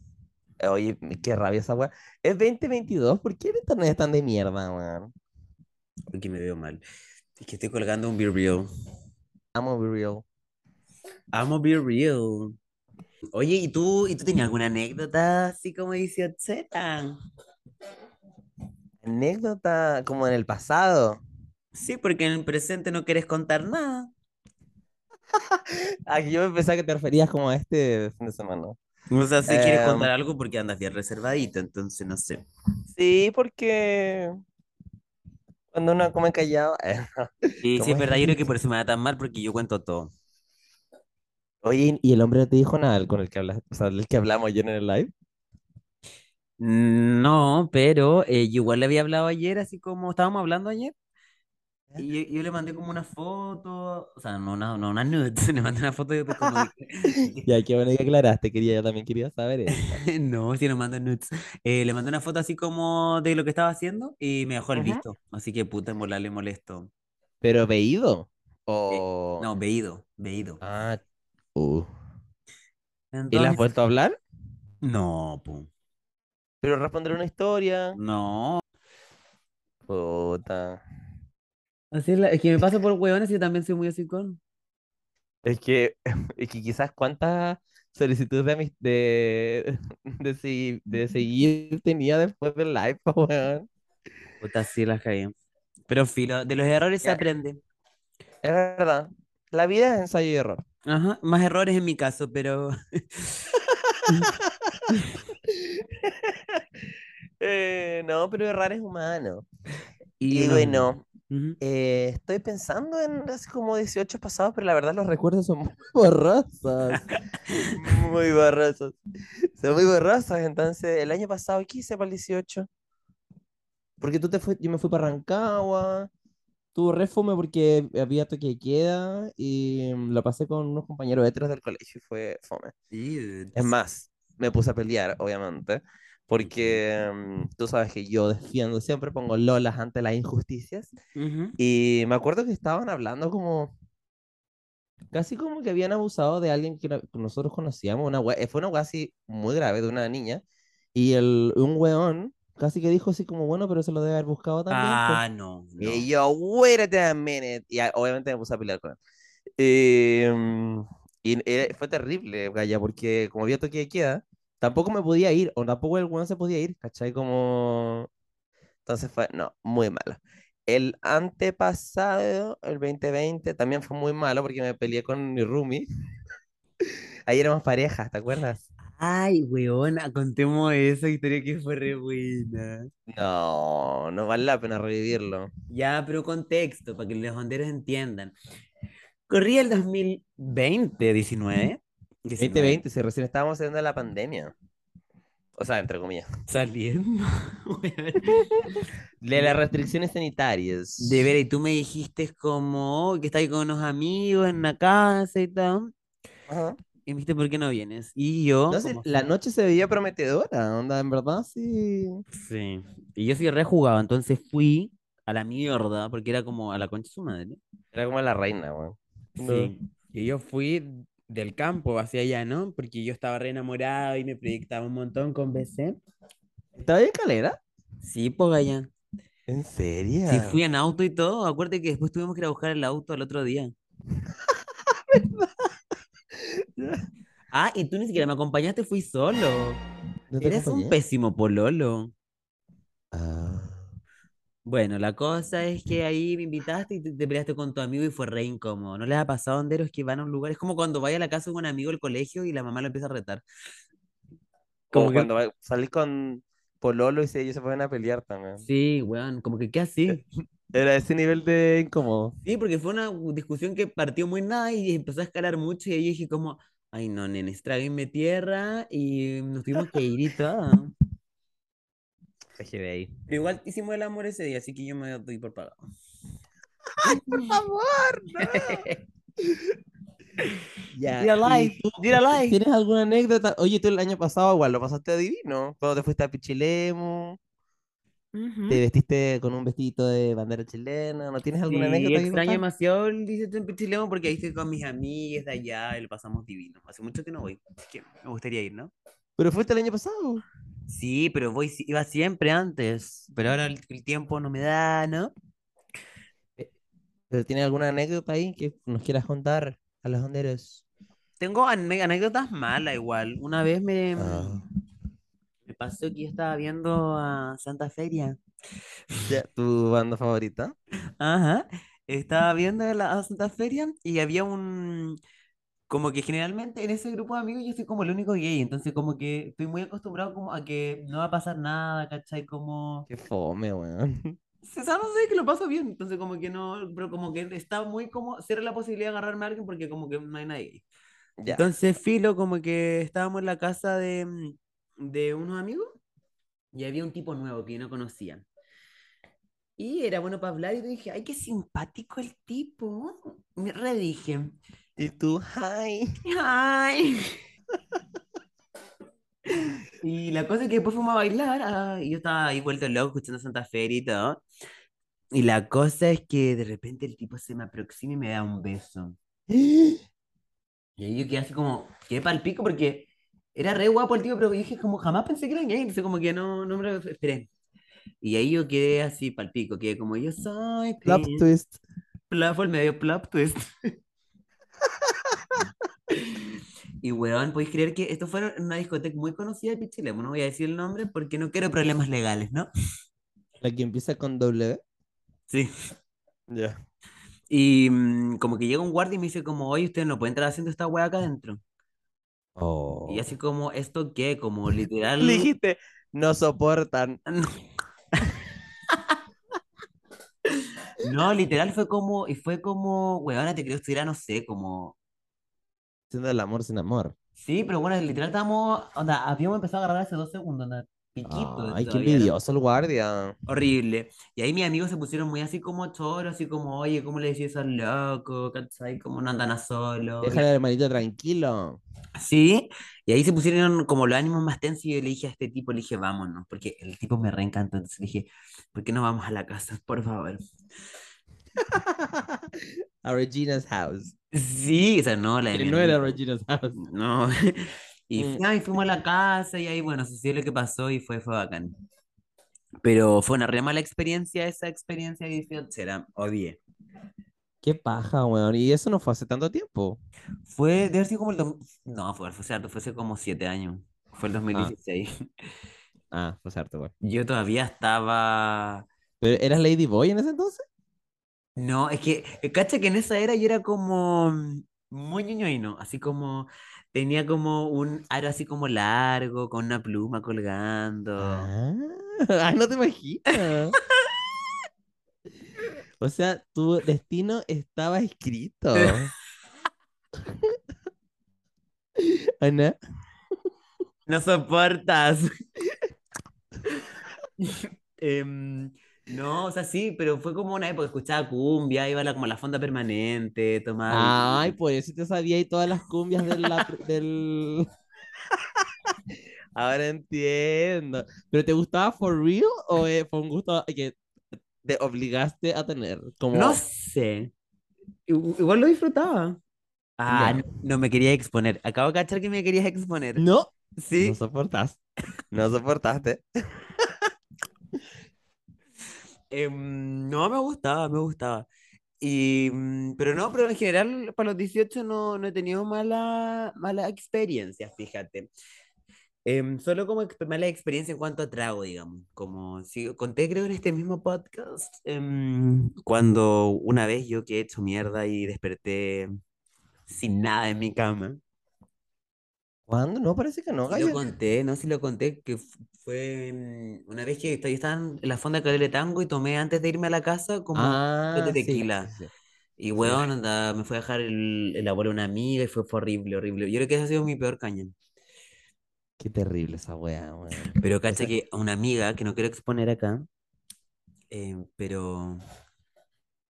Speaker 3: Eh, Oye, qué rabia esa weá. Es 2022. ¿Por qué el internet es tan de mierda, weón?
Speaker 1: Porque me veo mal. Es que estoy colgando un Be Real.
Speaker 3: I'm over real.
Speaker 1: Amo Be Real. Oye, ¿y tú, ¿y tú tenías alguna anécdota así como 18?
Speaker 3: Anécdota como en el pasado.
Speaker 1: Sí, porque en el presente no quieres contar nada.
Speaker 3: Aquí yo pensaba Ah, que te referías como a este fin de semana.
Speaker 1: O sea, si quieres
Speaker 3: Em,
Speaker 1: contar algo porque andas bien reservadito, entonces no sé.
Speaker 3: Sí, porque cuando uno come callado. eh.
Speaker 1: Y sí,
Speaker 3: ¿Cómo
Speaker 1: es
Speaker 3: es
Speaker 1: verdad,
Speaker 3: que
Speaker 1: yo creo que
Speaker 3: dice?
Speaker 1: por eso me da tan mal porque yo cuento todo.
Speaker 3: Oye, ¿y el hombre no te dijo nada con el que hablas, o sea, el que hablamos ayer en el live?
Speaker 1: No, pero eh, yo igual le había hablado ayer, así como estábamos hablando ayer, y yo, yo le mandé como una foto, o sea, no una, no una nude, le mandé una foto de como de que-
Speaker 3: Ya, qué bueno que aclaraste, quería, yo también quería saber eso.
Speaker 1: No, si no mando nudes. Eh, le mandé una foto así como de lo que estaba haciendo y me dejó el
Speaker 3: Ujú.
Speaker 1: visto. Así que puta, en volar le molesto.
Speaker 3: ¿Pero veído?
Speaker 1: Eh,
Speaker 3: O...
Speaker 1: no, veído, veído.
Speaker 3: Ah, uh. ¿Y le has
Speaker 1: Entonces,
Speaker 3: vuelto a hablar?
Speaker 1: no, pu,
Speaker 3: ¿Pero responder una historia?
Speaker 1: no.
Speaker 3: Puta.
Speaker 1: Así es, la- es que me paso por hueones y yo también soy muy así con.
Speaker 3: Es que, es que quizás cuántas solicitudes de, amis- de, de, segui- de seguir tenía después del live, po, weón.
Speaker 1: Puta, sí las caí. Pero filo, de los errores se
Speaker 3: Ya,
Speaker 1: aprende.
Speaker 3: Es verdad. La vida es ensayo y error.
Speaker 1: Ajá, más errores en mi caso, pero.
Speaker 3: Eh, no, pero errar es humano.
Speaker 1: Y
Speaker 3: Y
Speaker 1: no,
Speaker 3: bueno,
Speaker 1: Ujú.
Speaker 2: Eh, estoy pensando en hace como 18 pasados, pero la verdad los recuerdos son muy borrosos. Muy borrosos. Son muy borrosos. Entonces, el año pasado, ¿qué hice para el 18? Porque tú te fuiste, yo me fui para Rancagua. Tuve refume porque había toque de queda y mm, lo pasé con unos compañeros heteros del colegio y fue fome.
Speaker 1: Sí,
Speaker 2: Es más, me puse a pelear, obviamente, porque mm, tú sabes que yo defiendo, siempre pongo lolas ante las injusticias.
Speaker 1: ujú.
Speaker 2: Y me acuerdo que estaban hablando como... Casi como que habían abusado de alguien que no- que nosotros conocíamos. Una wea- fue una wea así muy grave de una niña. Y el, un weón casi que dijo así como, bueno, pero se lo debe haber buscado también. pues". po".
Speaker 1: Ah, no, no.
Speaker 2: Y yo, wait a minute. Y ah, obviamente me puse a pelear con él. Eh, mm, y eh, fue terrible, Gaya, porque como había toque de queda, tampoco me podía ir, o tampoco el weón se podía ir, ¿cachai? Como... Entonces fue, no, muy malo. El antepasado, el 2020, también fue muy malo porque me peleé con mi roomie. Ahí éramos parejas, ¿te acuerdas?
Speaker 1: Ay, weona, contemos esa historia que fue re buena.
Speaker 2: No, no vale la pena revivirlo.
Speaker 1: Ya, pero contexto, para que los honderos entiendan. Corría el 2020, 19, 19,
Speaker 2: 2020, si recién estábamos saliendo de la pandemia. O sea, entre comillas.
Speaker 1: saliendo. weón.
Speaker 2: De las restricciones sanitarias.
Speaker 1: De ver, y tú me dijiste como "Oh, que estás con unos amigos en la casa y tal.
Speaker 2: Ajá.
Speaker 1: Y me dijiste, ¿por qué no vienes? Y yo,
Speaker 2: No sé,
Speaker 1: como
Speaker 2: la
Speaker 1: soy-
Speaker 2: noche se veía prometedora, onda, en verdad sí.
Speaker 1: Sí. Y yo sí rejugaba, entonces fui a la mierda, porque era como a la concha de su madre.
Speaker 2: Era como la reina, weón. No.
Speaker 1: Sí. Y yo fui del campo hacia allá, ¿no? Porque yo estaba re enamorado y me proyectaba un montón con BC.
Speaker 2: ¿Estaba en calera?
Speaker 1: Sí, pues allá.
Speaker 2: ¿En
Speaker 1: Sí,
Speaker 2: serio?
Speaker 1: fui en auto y todo. Acuérdate que después tuvimos que ir a buscar el auto al otro día. Ah, y tú ni siquiera me acompañaste, fui solo.
Speaker 2: ¿No te
Speaker 1: Eres un
Speaker 2: acompañé?
Speaker 1: pésimo pololo.
Speaker 2: Ah.
Speaker 1: Bueno, la cosa es que ahí me invitaste y te, te peleaste con tu amigo y fue re incómodo. ¿No les ha pasado, honderos, que van a un lugar? Es como cuando vaya a la casa de un amigo del colegio y la mamá lo empieza a retar.
Speaker 2: Como
Speaker 1: Como que,
Speaker 2: cuando va- salís con Pololo y se- ellos se ponen a pelear también.
Speaker 1: sí, weón, como que, ¿qué así?
Speaker 2: Era ese nivel de incómodo.
Speaker 1: Sí, porque fue una discusión que partió muy nada y empezó a escalar mucho y ahí dije como, ay no, nenes, tráguenme tierra y nos tuvimos que ir y todo.
Speaker 2: Dejé de ahí.
Speaker 1: Pero igual hicimos el amor ese día, así que yo me doy por pagado.
Speaker 2: Por favor, no. Ya.
Speaker 1: Dear
Speaker 2: ¿Y
Speaker 1: life,
Speaker 2: tú
Speaker 1: dear life.
Speaker 2: tienes alguna anécdota? Oye, tú el año pasado igual lo pasaste divino. Cuando te fuiste a Pichilemu, te
Speaker 1: Ujú.
Speaker 2: vestiste con un vestidito de bandera chilena. ¿No tienes alguna
Speaker 1: Sí,
Speaker 2: anécdota que
Speaker 1: extraño
Speaker 2: contar?
Speaker 1: demasiado el 18 en Pichilemu porque ahí estoy con mis amigas de allá y lo pasamos divino. Hace mucho que no voy, así que me gustaría ir, ¿no?
Speaker 2: Pero fuiste el año pasado.
Speaker 1: Sí, pero voy, si- iba siempre antes, pero ahora el, el tiempo no me da, ¿no?
Speaker 2: Eh, ¿Pero tienes alguna anécdota ahí que nos quieras contar a los honderos?
Speaker 1: Tengo ane- anécdotas malas igual. Una vez me,
Speaker 2: Ah.
Speaker 1: me pasó que yo estaba viendo a Santa Feria.
Speaker 2: Ya, ¿tu banda favorita?
Speaker 1: Ajá. Estaba viendo la, a Santa Feria y había un... Como que generalmente en ese grupo de amigos yo soy como el único gay, entonces como que estoy muy acostumbrado como a que no va a pasar nada, ¿cachai? Como...
Speaker 2: Qué fome, weón.
Speaker 1: O sea, no sé, que lo paso bien, entonces como que no, pero como que está muy como... Cero la posibilidad de agarrarme a alguien porque como que no hay nadie gay.
Speaker 2: Ya.
Speaker 1: Entonces, filo, como que estábamos en la casa de, mm, de unos amigos y había un tipo nuevo que yo no conocía. Y era bueno para hablar y yo dije, ay, qué simpático el tipo. Me redije,
Speaker 2: Y tú, hi.
Speaker 1: ay. Y la cosa es que después fuimos a bailar ah, y yo estaba ahí vuelto loco escuchando Santa Feria y todo. Y la cosa es que de repente el tipo se me aproxima y me da un beso. Y ahí yo quedé así como, quedé pa'l pico porque era re guapo el tipo, pero yo dije como jamás pensé que era gay, entonces como que no, no me lo esperé. Y ahí yo quedé así pa'l pico, quedé como yo soy
Speaker 2: Plop
Speaker 1: pin.
Speaker 2: twist.
Speaker 1: Plop, fue el medio plop twist. Y weón, podéis creer que esto fue en una discoteca muy conocida de Pichilemu, no voy a decir el nombre porque no quiero problemas legales, ¿no?
Speaker 2: La que empieza con W.
Speaker 1: Sí.
Speaker 2: Ya.
Speaker 1: Y mm, como que llega un guardia y me dice como, oye, ustedes no pueden estar haciendo esta weá acá adentro. Y
Speaker 2: Oh.
Speaker 1: así como, ¿esto qué? Como
Speaker 2: Le
Speaker 1: literal...
Speaker 2: dijiste, no soportan.
Speaker 1: No, literal fue como, y fue como, weona, te creo que estuviera, no sé, como.
Speaker 2: Siendo el amor sin amor.
Speaker 1: Sí, pero bueno, literal estábamos, onda, habíamos empezado a grabar hace dos segundos, onda, piquito.
Speaker 2: Ay, qué
Speaker 1: todavía, ¿no?
Speaker 2: envidioso el guardia.
Speaker 1: Horrible. Y ahí mis amigos se pusieron muy así como choros, así como, oye, ¿cómo le decís eso al loco? ¿Cachai? ¿Cómo no andan a solo? Y-
Speaker 2: Déjale al hermanito tranquilo.
Speaker 1: Sí, y ahí se pusieron como los ánimos más tensos y yo le dije a este tipo, le dije, vámonos, porque el tipo me reencantó, entonces le dije, ¿por qué no vamos a la casa, por favor?
Speaker 2: A Regina's house.
Speaker 1: Sí, o sea, no, la de
Speaker 2: Que
Speaker 1: mi
Speaker 2: no era
Speaker 1: amigo.
Speaker 2: Regina's house.
Speaker 1: No, y
Speaker 2: Mm.
Speaker 1: fui- ay, fuimos a la casa y ahí, bueno, sucedió lo que pasó y fue, fue bacán. Pero fue una re mala experiencia esa experiencia de 18, era, odié.
Speaker 2: Qué paja, weón. Y eso no fue hace tanto tiempo.
Speaker 1: Fue, debe haber sido como el... dos- No, fue, fue, harto, fue hace como siete años, fue el 2016.
Speaker 2: Ah, fue cierto, weón.
Speaker 1: Yo todavía estaba...
Speaker 2: ¿Pero eras Lady Boy en ese entonces?
Speaker 1: No, es que, eh, cacha que en esa era yo era como mm, muy ñoñoino, así como tenía como un aro así como largo, con una pluma colgando.
Speaker 2: Ah, ay, no te imaginas. O sea, tu destino estaba escrito. Ana,
Speaker 1: No soportas. Em, no, o sea, sí, pero fue como una época, escuchaba cumbia, iba a la, como a la fonda permanente, tomaba...
Speaker 2: Ay,
Speaker 1: vino.
Speaker 2: por eso te sabía y todas las cumbias del, la pr- del... Ahora entiendo. ¿Pero te gustaba for real o eh, fue un gusto que te obligaste a tener? Como...
Speaker 1: No sé, igu- igual lo disfrutaba. Ah,
Speaker 2: Ya.
Speaker 1: no, no me quería exponer. Acabo de cachar que me querías exponer.
Speaker 2: No,
Speaker 1: Sí.
Speaker 2: no soportaste. No soportaste.
Speaker 1: Em, no, me gustaba, me gustaba. Y, mm, pero no, pero en general para los 18 no, no he tenido mala, mala experiencia, fíjate. Em, solo como ex- mala experiencia en cuanto a trago, digamos. Como si conté, creo, en este mismo podcast, em, cuando una vez yo que he hecho mierda y desperté sin nada en mi cama.
Speaker 2: ¿Cuándo? No, parece que no,
Speaker 1: Sí lo
Speaker 2: Gaya.
Speaker 1: conté, no, sí lo conté, que f- fue mm, una vez que est- yo estaba en la fonda de Calera de Tango y tomé antes de irme a la casa como dos de
Speaker 2: Ah, sí, sí,
Speaker 1: tequila.
Speaker 2: sí.
Speaker 1: Y weón, anda, me fue a dejar el, el abuelo una amiga y fue, fue horrible, horrible. Yo creo que esa ha sido mi peor caña.
Speaker 2: Qué terrible esa weá, weón.
Speaker 1: Pero cacha
Speaker 2: sea-
Speaker 1: que a una amiga que no quiero exponer acá, eh, pero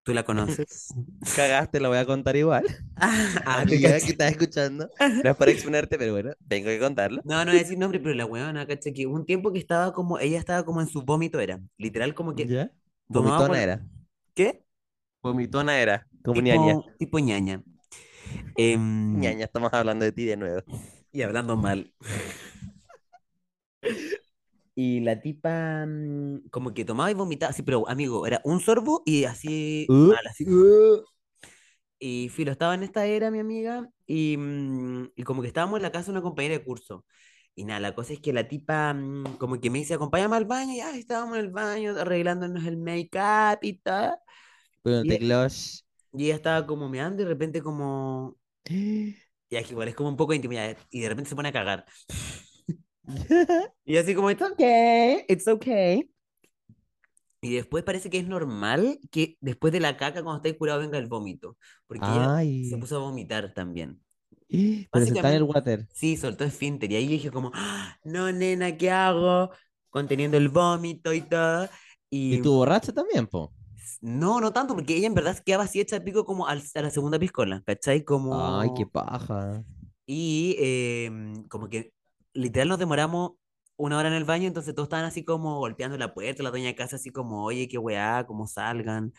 Speaker 1: tú la conoces.
Speaker 2: Cagaste, la voy a contar igual.
Speaker 1: Ah, ah,
Speaker 2: Amiga
Speaker 1: cacha.
Speaker 2: que estás escuchando. No es para exponerte, pero bueno, tengo que contarlo.
Speaker 1: No, no voy a decir nombre, pero la weona, cacha que hubo un tiempo que estaba como, ella estaba como en su vómito, era literal como que
Speaker 2: ¿Ya?
Speaker 1: tomaba
Speaker 2: Vomitona
Speaker 1: por-
Speaker 2: era.
Speaker 1: ¿Qué?
Speaker 2: Vomitona era. Como ñaña.
Speaker 1: Tipo, tipo ñaña. Em,
Speaker 2: Ñaña, estamos hablando de ti de nuevo.
Speaker 1: y hablando mal. Y la tipa mm, como que tomaba y vomitaba, sí, pero amigo, era un sorbo y así
Speaker 2: Uh,
Speaker 1: mal, así.
Speaker 2: uh.
Speaker 1: Y filo, estaba en esta era mi amiga y, mm, y como que estábamos en la casa de una compañera de curso. Y nada, la cosa es que la tipa mm, como que me dice, acompáñame al baño, y ahí estábamos en el baño arreglándonos el make-up y tal.
Speaker 2: Bueno,
Speaker 1: Y-
Speaker 2: teclados.
Speaker 1: Y ella estaba como meando y de repente como... Y aquí igual es como un poco de intimidad y de repente se pone a cagar. Y así como, it's okay, it's okay. Y después parece que es normal que después de la caca, cuando estáis curado, venga el vómito. Porque ella se
Speaker 2: Ay.
Speaker 1: puso a vomitar también.
Speaker 2: Pero se está en
Speaker 1: Básicamente-
Speaker 2: el water.
Speaker 1: Sí, soltó esfínter. Y ahí yo dije como, "Ah, no, nena, ¿qué hago? Conteniendo el vómito y todo.
Speaker 2: ¿Y
Speaker 1: Y
Speaker 2: tu borracha también, po?
Speaker 1: no, no tanto, porque ella en verdad quedaba así hecha pico como al- a la segunda piscola, ¿cachai?
Speaker 2: Ay, qué
Speaker 1: Como...
Speaker 2: paja.
Speaker 1: Y em, como que literal nos demoramos una hora en el baño, entonces todos estaban así como golpeando la puerta, la dueña de casa así como, oye, qué weá, cómo salgan.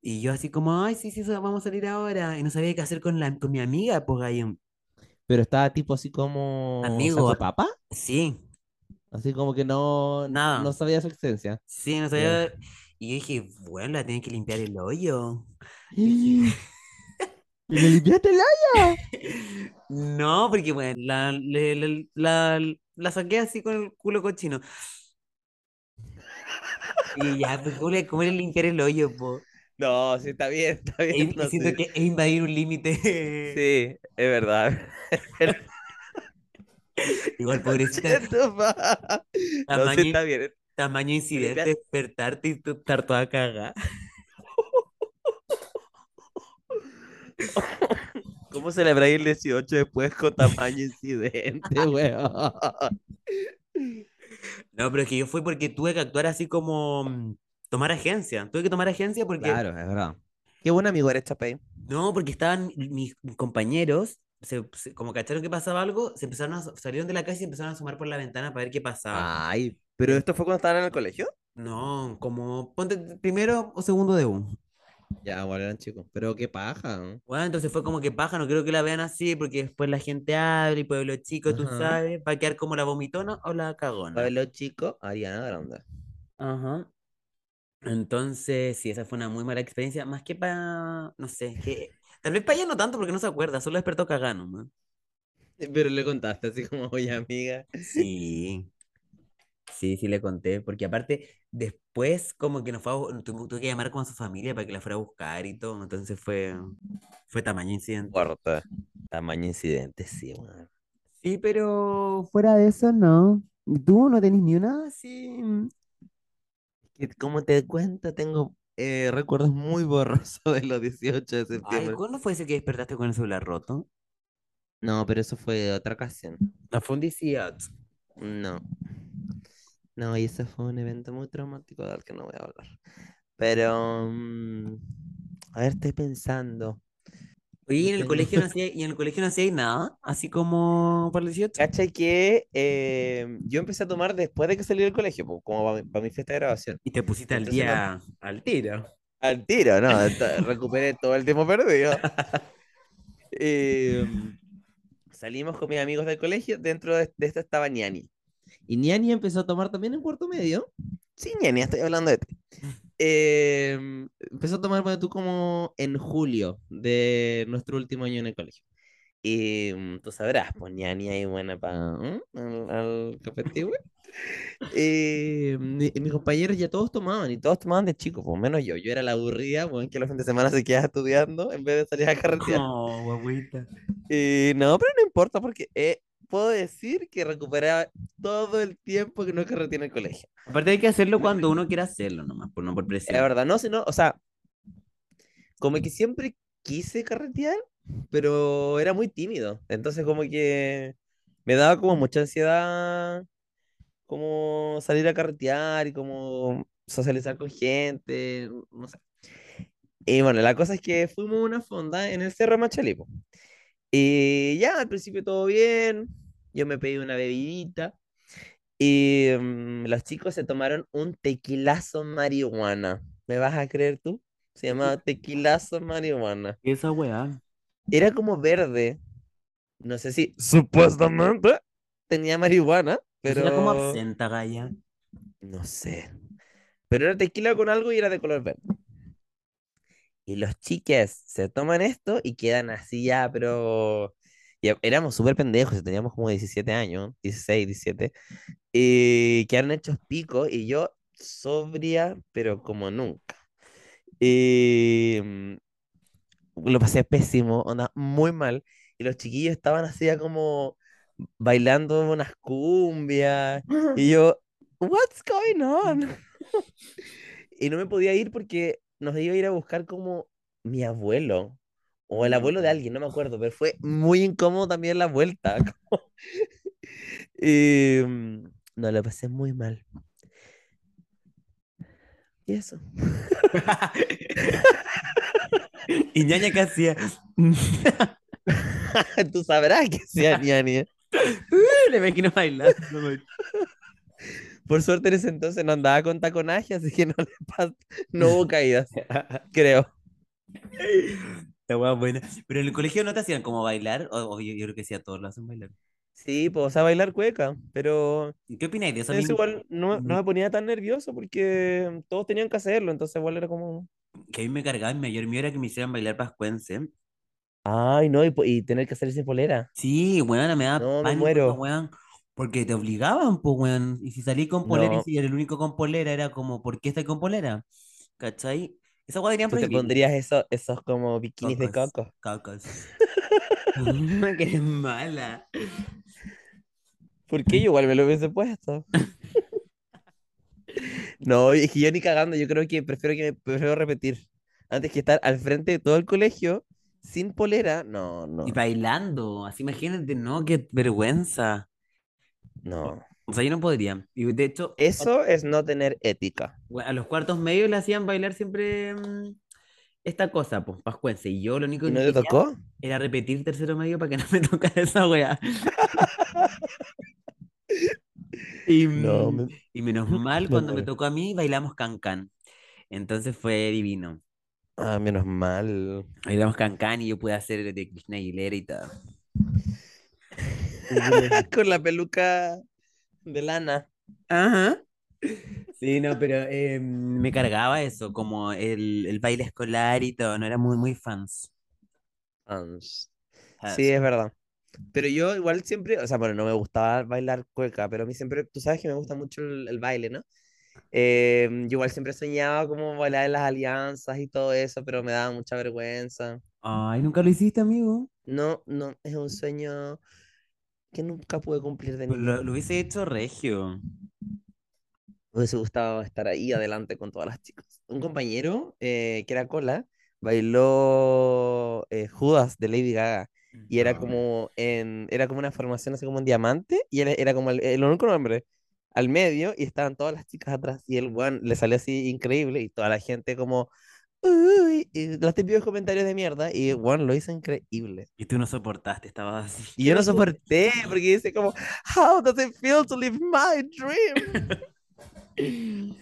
Speaker 1: Y yo así como, ay, sí, sí, sa- vamos a salir ahora. Y no sabía qué hacer con, la, con mi amiga, pues gallo.
Speaker 2: Pero estaba tipo así como.
Speaker 1: Amigo.
Speaker 2: ¿Saco papa?
Speaker 1: Sí,
Speaker 2: Así como que no.
Speaker 1: Nada.
Speaker 2: No sabía su existencia.
Speaker 1: sí, no
Speaker 2: Ya.
Speaker 1: sabía. Y yo dije, bueno, la tienen que limpiar el hoyo.
Speaker 2: ¿Y le limpiaste el año?
Speaker 1: No, porque bueno, la, le- le- la, la saqué así con el culo cochino. Y ya, pues, ¿cómo le, cómo le limpiar el hoyo, po?
Speaker 2: No, sí, está bien, está
Speaker 1: Es-
Speaker 2: bien. no,
Speaker 1: siento
Speaker 2: sí.
Speaker 1: que es invadir un límite.
Speaker 2: Sí, es verdad.
Speaker 1: Igual, pobrecita,
Speaker 2: Cheto, pa. No, sí,
Speaker 1: tamaño,
Speaker 2: está bien.
Speaker 1: tamaño incidente,
Speaker 2: Limpiar-
Speaker 1: despertarte y tú estar toda cagada.
Speaker 2: ¿Cómo celebráis el 18 después con tamaño incidente, weón?
Speaker 1: No, pero es que yo fui porque tuve que actuar así como mm, tomar agencia. Tuve que tomar agencia porque
Speaker 2: Claro, es verdad. Qué buen amigo eres, Chapey.
Speaker 1: no, porque estaban mis compañeros se- se- como cacharon que pasaba algo, se empezaron a, salieron de la casa y empezaron a asomar por la ventana para ver qué pasaba.
Speaker 2: Ay, pero esto fue cuando estaban en el colegio.
Speaker 1: No, como ponte primero o segundo de uno.
Speaker 2: Ya, bueno, eran chicos. Pero qué paja. ¿no?
Speaker 1: Bueno, entonces fue como que paja, no creo que la vean así, porque después la gente habla y pueblo chico, tú
Speaker 2: Ajá.
Speaker 1: sabes, va a quedar como la vomitona o la
Speaker 2: Para
Speaker 1: cagona.
Speaker 2: los chicos, Ariana Grande.
Speaker 1: Ajá. Entonces, sí, esa fue una muy mala experiencia, más que para, no sé, que tal vez para ella no tanto porque no se acuerda, solo despertó cagando, ¿no?
Speaker 2: Pero le contaste así como, oye, amiga.
Speaker 1: Sí. Sí, sí le conté, porque aparte después como que nos fue a bu- tuvo- tuve que llamar como a su familia para que la fuera a buscar y todo, entonces fue fue tamaño incidente.
Speaker 2: Corta. Tamaño incidente, sí, weón.
Speaker 1: Sí, pero fuera de eso, no. ¿Y ¿Tú no tenés ni una así?
Speaker 2: Que Como te cuento, tengo eh, recuerdos muy borrosos de los 18 de
Speaker 1: Ay,
Speaker 2: septiembre.
Speaker 1: ¿cuándo fue ese que despertaste con el celular roto?
Speaker 2: No, pero eso fue otra ocasión.
Speaker 1: La fue un 18.
Speaker 2: No. No, y ese fue un evento muy traumático del que no voy a hablar. Pero, mm, a ver, estoy pensando.
Speaker 1: Oye, ¿y
Speaker 2: Yo
Speaker 1: en el
Speaker 2: tengo-
Speaker 1: colegio no hacía, y en el colegio no hacía nada, así como para el 18.
Speaker 2: Cacha que eh, yo empecé a tomar después de que salí del colegio, po, como para mi, pa' mi fiesta de grabación.
Speaker 1: Y te pusiste al
Speaker 2: Entonces, no-
Speaker 1: día, al tiro.
Speaker 2: Al tiro, ¿no? Esta- Recuperé todo el tiempo perdido. Eh, salimos con mis amigos del colegio, dentro de, de esta estaba Ñani. Y Ñani empezó a tomar también en cuarto medio. Sí, Ñani, estoy hablando de ti. Eh, empezó a tomar, ponte tú, como en julio de nuestro último año en el colegio. Y mm, tú sabrás, pues Ñani ahí buena para... Al, al copete, güey. Eh, mi- mis compañeros ya todos tomaban y todos tomaban de chicos, por menos yo. Yo era la aburrida, weón, que los fines de semana se quedaba estudiando en vez de salir a carretear.
Speaker 1: Oh, guagüita.
Speaker 2: Y Eh, no, pero no importa porque eh, puedo decir que recuperaba todo el tiempo que no carreteé en el colegio.
Speaker 1: Aparte hay que hacerlo cuando uno quiera hacerlo nomás, por no por presión.
Speaker 2: La verdad, no, sino, o sea, como que siempre quise carretear, pero era muy tímido. Entonces, como que me daba como mucha ansiedad, como salir a carretear y como socializar con gente, no sé. Y bueno, la cosa es que fuimos a una fonda en el Cerro de Machalipo. Y ya, al principio todo bien, yo me pedí una bebidita. Y mm, los chicos se tomaron un tequilazo marihuana. ¿Me vas a creer tú? Se llamaba tequilazo marihuana.
Speaker 1: Esa weá.
Speaker 2: Era como verde. No sé si supuestamente tenía marihuana,
Speaker 1: Pero...
Speaker 2: pero
Speaker 1: Era como absenta, Gaya.
Speaker 2: no sé. Pero era tequila con algo y era de color verde. Y los chiques se toman esto y quedan así ya, pero ya, éramos súper pendejos, teníamos como 17 años, 16, 17. Y quedaron hechos picos y yo sobria, pero como nunca. Y mm, lo pasé pésimo, onda, muy mal. Y los chiquillos estaban así ya como bailando unas cumbias. Y yo, what's going on? Y no me podía ir porque nos iba a ir a buscar como mi abuelo. O el abuelo de
Speaker 1: Mm.
Speaker 2: alguien, no me acuerdo, pero fue muy incómodo también la vuelta. como- Y, mm, no, lo pasé muy mal. Y eso.
Speaker 1: Y ñaña que hacía.
Speaker 2: Tú sabrás que sea ñani.
Speaker 1: Le imagino bailando.
Speaker 2: Por suerte en ese entonces no andaba con taconaje, así que no le pas- no hubo caídas, creo.
Speaker 1: La weá buena. Pero en el colegio no te hacían como bailar. O, o yo, yo creo que sí, a todos lo hacen bailar.
Speaker 2: Sí, pues, o sea, bailar cueca, pero
Speaker 1: ¿Y ¿Qué opináis de eso? A mí
Speaker 2: eso igual no, me- no me ponía tan nervioso porque todos tenían que hacerlo, entonces igual era como...
Speaker 1: que a mí me cargaba mi mayor miedo era que me hicieran bailar pascuense.
Speaker 2: Ay, no, y, po- y tener que hacer sin polera.
Speaker 1: Sí, weón, me daba
Speaker 2: No, me
Speaker 1: pánico esa
Speaker 2: muero.
Speaker 1: weón. Porque te obligaban, pues, weón. Y si salí con polera y
Speaker 2: No.
Speaker 1: si era el único con polera, era como, ¿por qué estoy con polera? ¿Cachai? Esa weá deberían
Speaker 2: Tú te
Speaker 1: prohibirla.
Speaker 2: pondrías eso- esos como bikinis de
Speaker 1: Cocos,
Speaker 2: coco.
Speaker 1: cocos. que eres mala.
Speaker 2: Porque yo igual me lo hubiese puesto. No, es que yo ni cagando, yo creo que prefiero que me prefiero repetir. Antes que estar al frente de todo el colegio sin polera, no, no,
Speaker 1: Y bailando, así imagínate, ¿no? Qué vergüenza.
Speaker 2: no.
Speaker 1: O sea, yo no podría. Y de hecho,
Speaker 2: Eso es no tener ética.
Speaker 1: Bueno, A los cuartos medios le hacían bailar siempre mm, esta cosa, pues, pascuense. Y yo lo único
Speaker 2: ¿Y
Speaker 1: que
Speaker 2: no te
Speaker 1: quería
Speaker 2: tocó?
Speaker 1: era repetir tercero medio para que no me tocara esa wea. Y,
Speaker 2: No,
Speaker 1: mm,
Speaker 2: me-
Speaker 1: y menos mal,
Speaker 2: me
Speaker 1: cuando me
Speaker 2: muero.
Speaker 1: tocó a mí, bailamos cancán. Entonces fue divino.
Speaker 2: Ah, menos mal.
Speaker 1: Bailamos cancán y yo pude hacer de Cristina Aguilera y todo.
Speaker 2: Con la peluca de lana.
Speaker 1: Ajá. Sí, no, pero eh, me cargaba eso, como el, el baile escolar y todo. No era muy, muy fans.
Speaker 2: Fans.
Speaker 1: Fans.
Speaker 2: Sí, es verdad. Pero yo igual siempre, o sea, bueno, no me gustaba bailar cueca, pero a mí siempre, tú sabes que me gusta mucho el, el baile, ¿no? Eh, yo igual siempre soñaba como bailar en las alianzas y todo eso, pero me daba mucha vergüenza.
Speaker 1: Ay, nunca lo hiciste, amigo.
Speaker 2: No, no, es un sueño que nunca pude cumplir de
Speaker 1: Pues
Speaker 2: niño.
Speaker 1: Lo, lo hubiese hecho regio.
Speaker 2: Me hubiese gustado estar ahí adelante con todas las chicas. Un compañero, eh, que era Cola, bailó eh, Judas de Lady Gaga. Y
Speaker 1: Ah,
Speaker 2: era como en, era como una formación así como en diamante, y él era como el, el único hombre al medio, y estaban todas las chicas atrás, y el weón le salió así increíble, y toda la gente como, uy, y los típicos comentarios de mierda, y Juan lo hizo increíble.
Speaker 1: Y tú no soportaste, estabas así.
Speaker 2: Y yo no soporté, porque dice como, how does it feel to live my dream?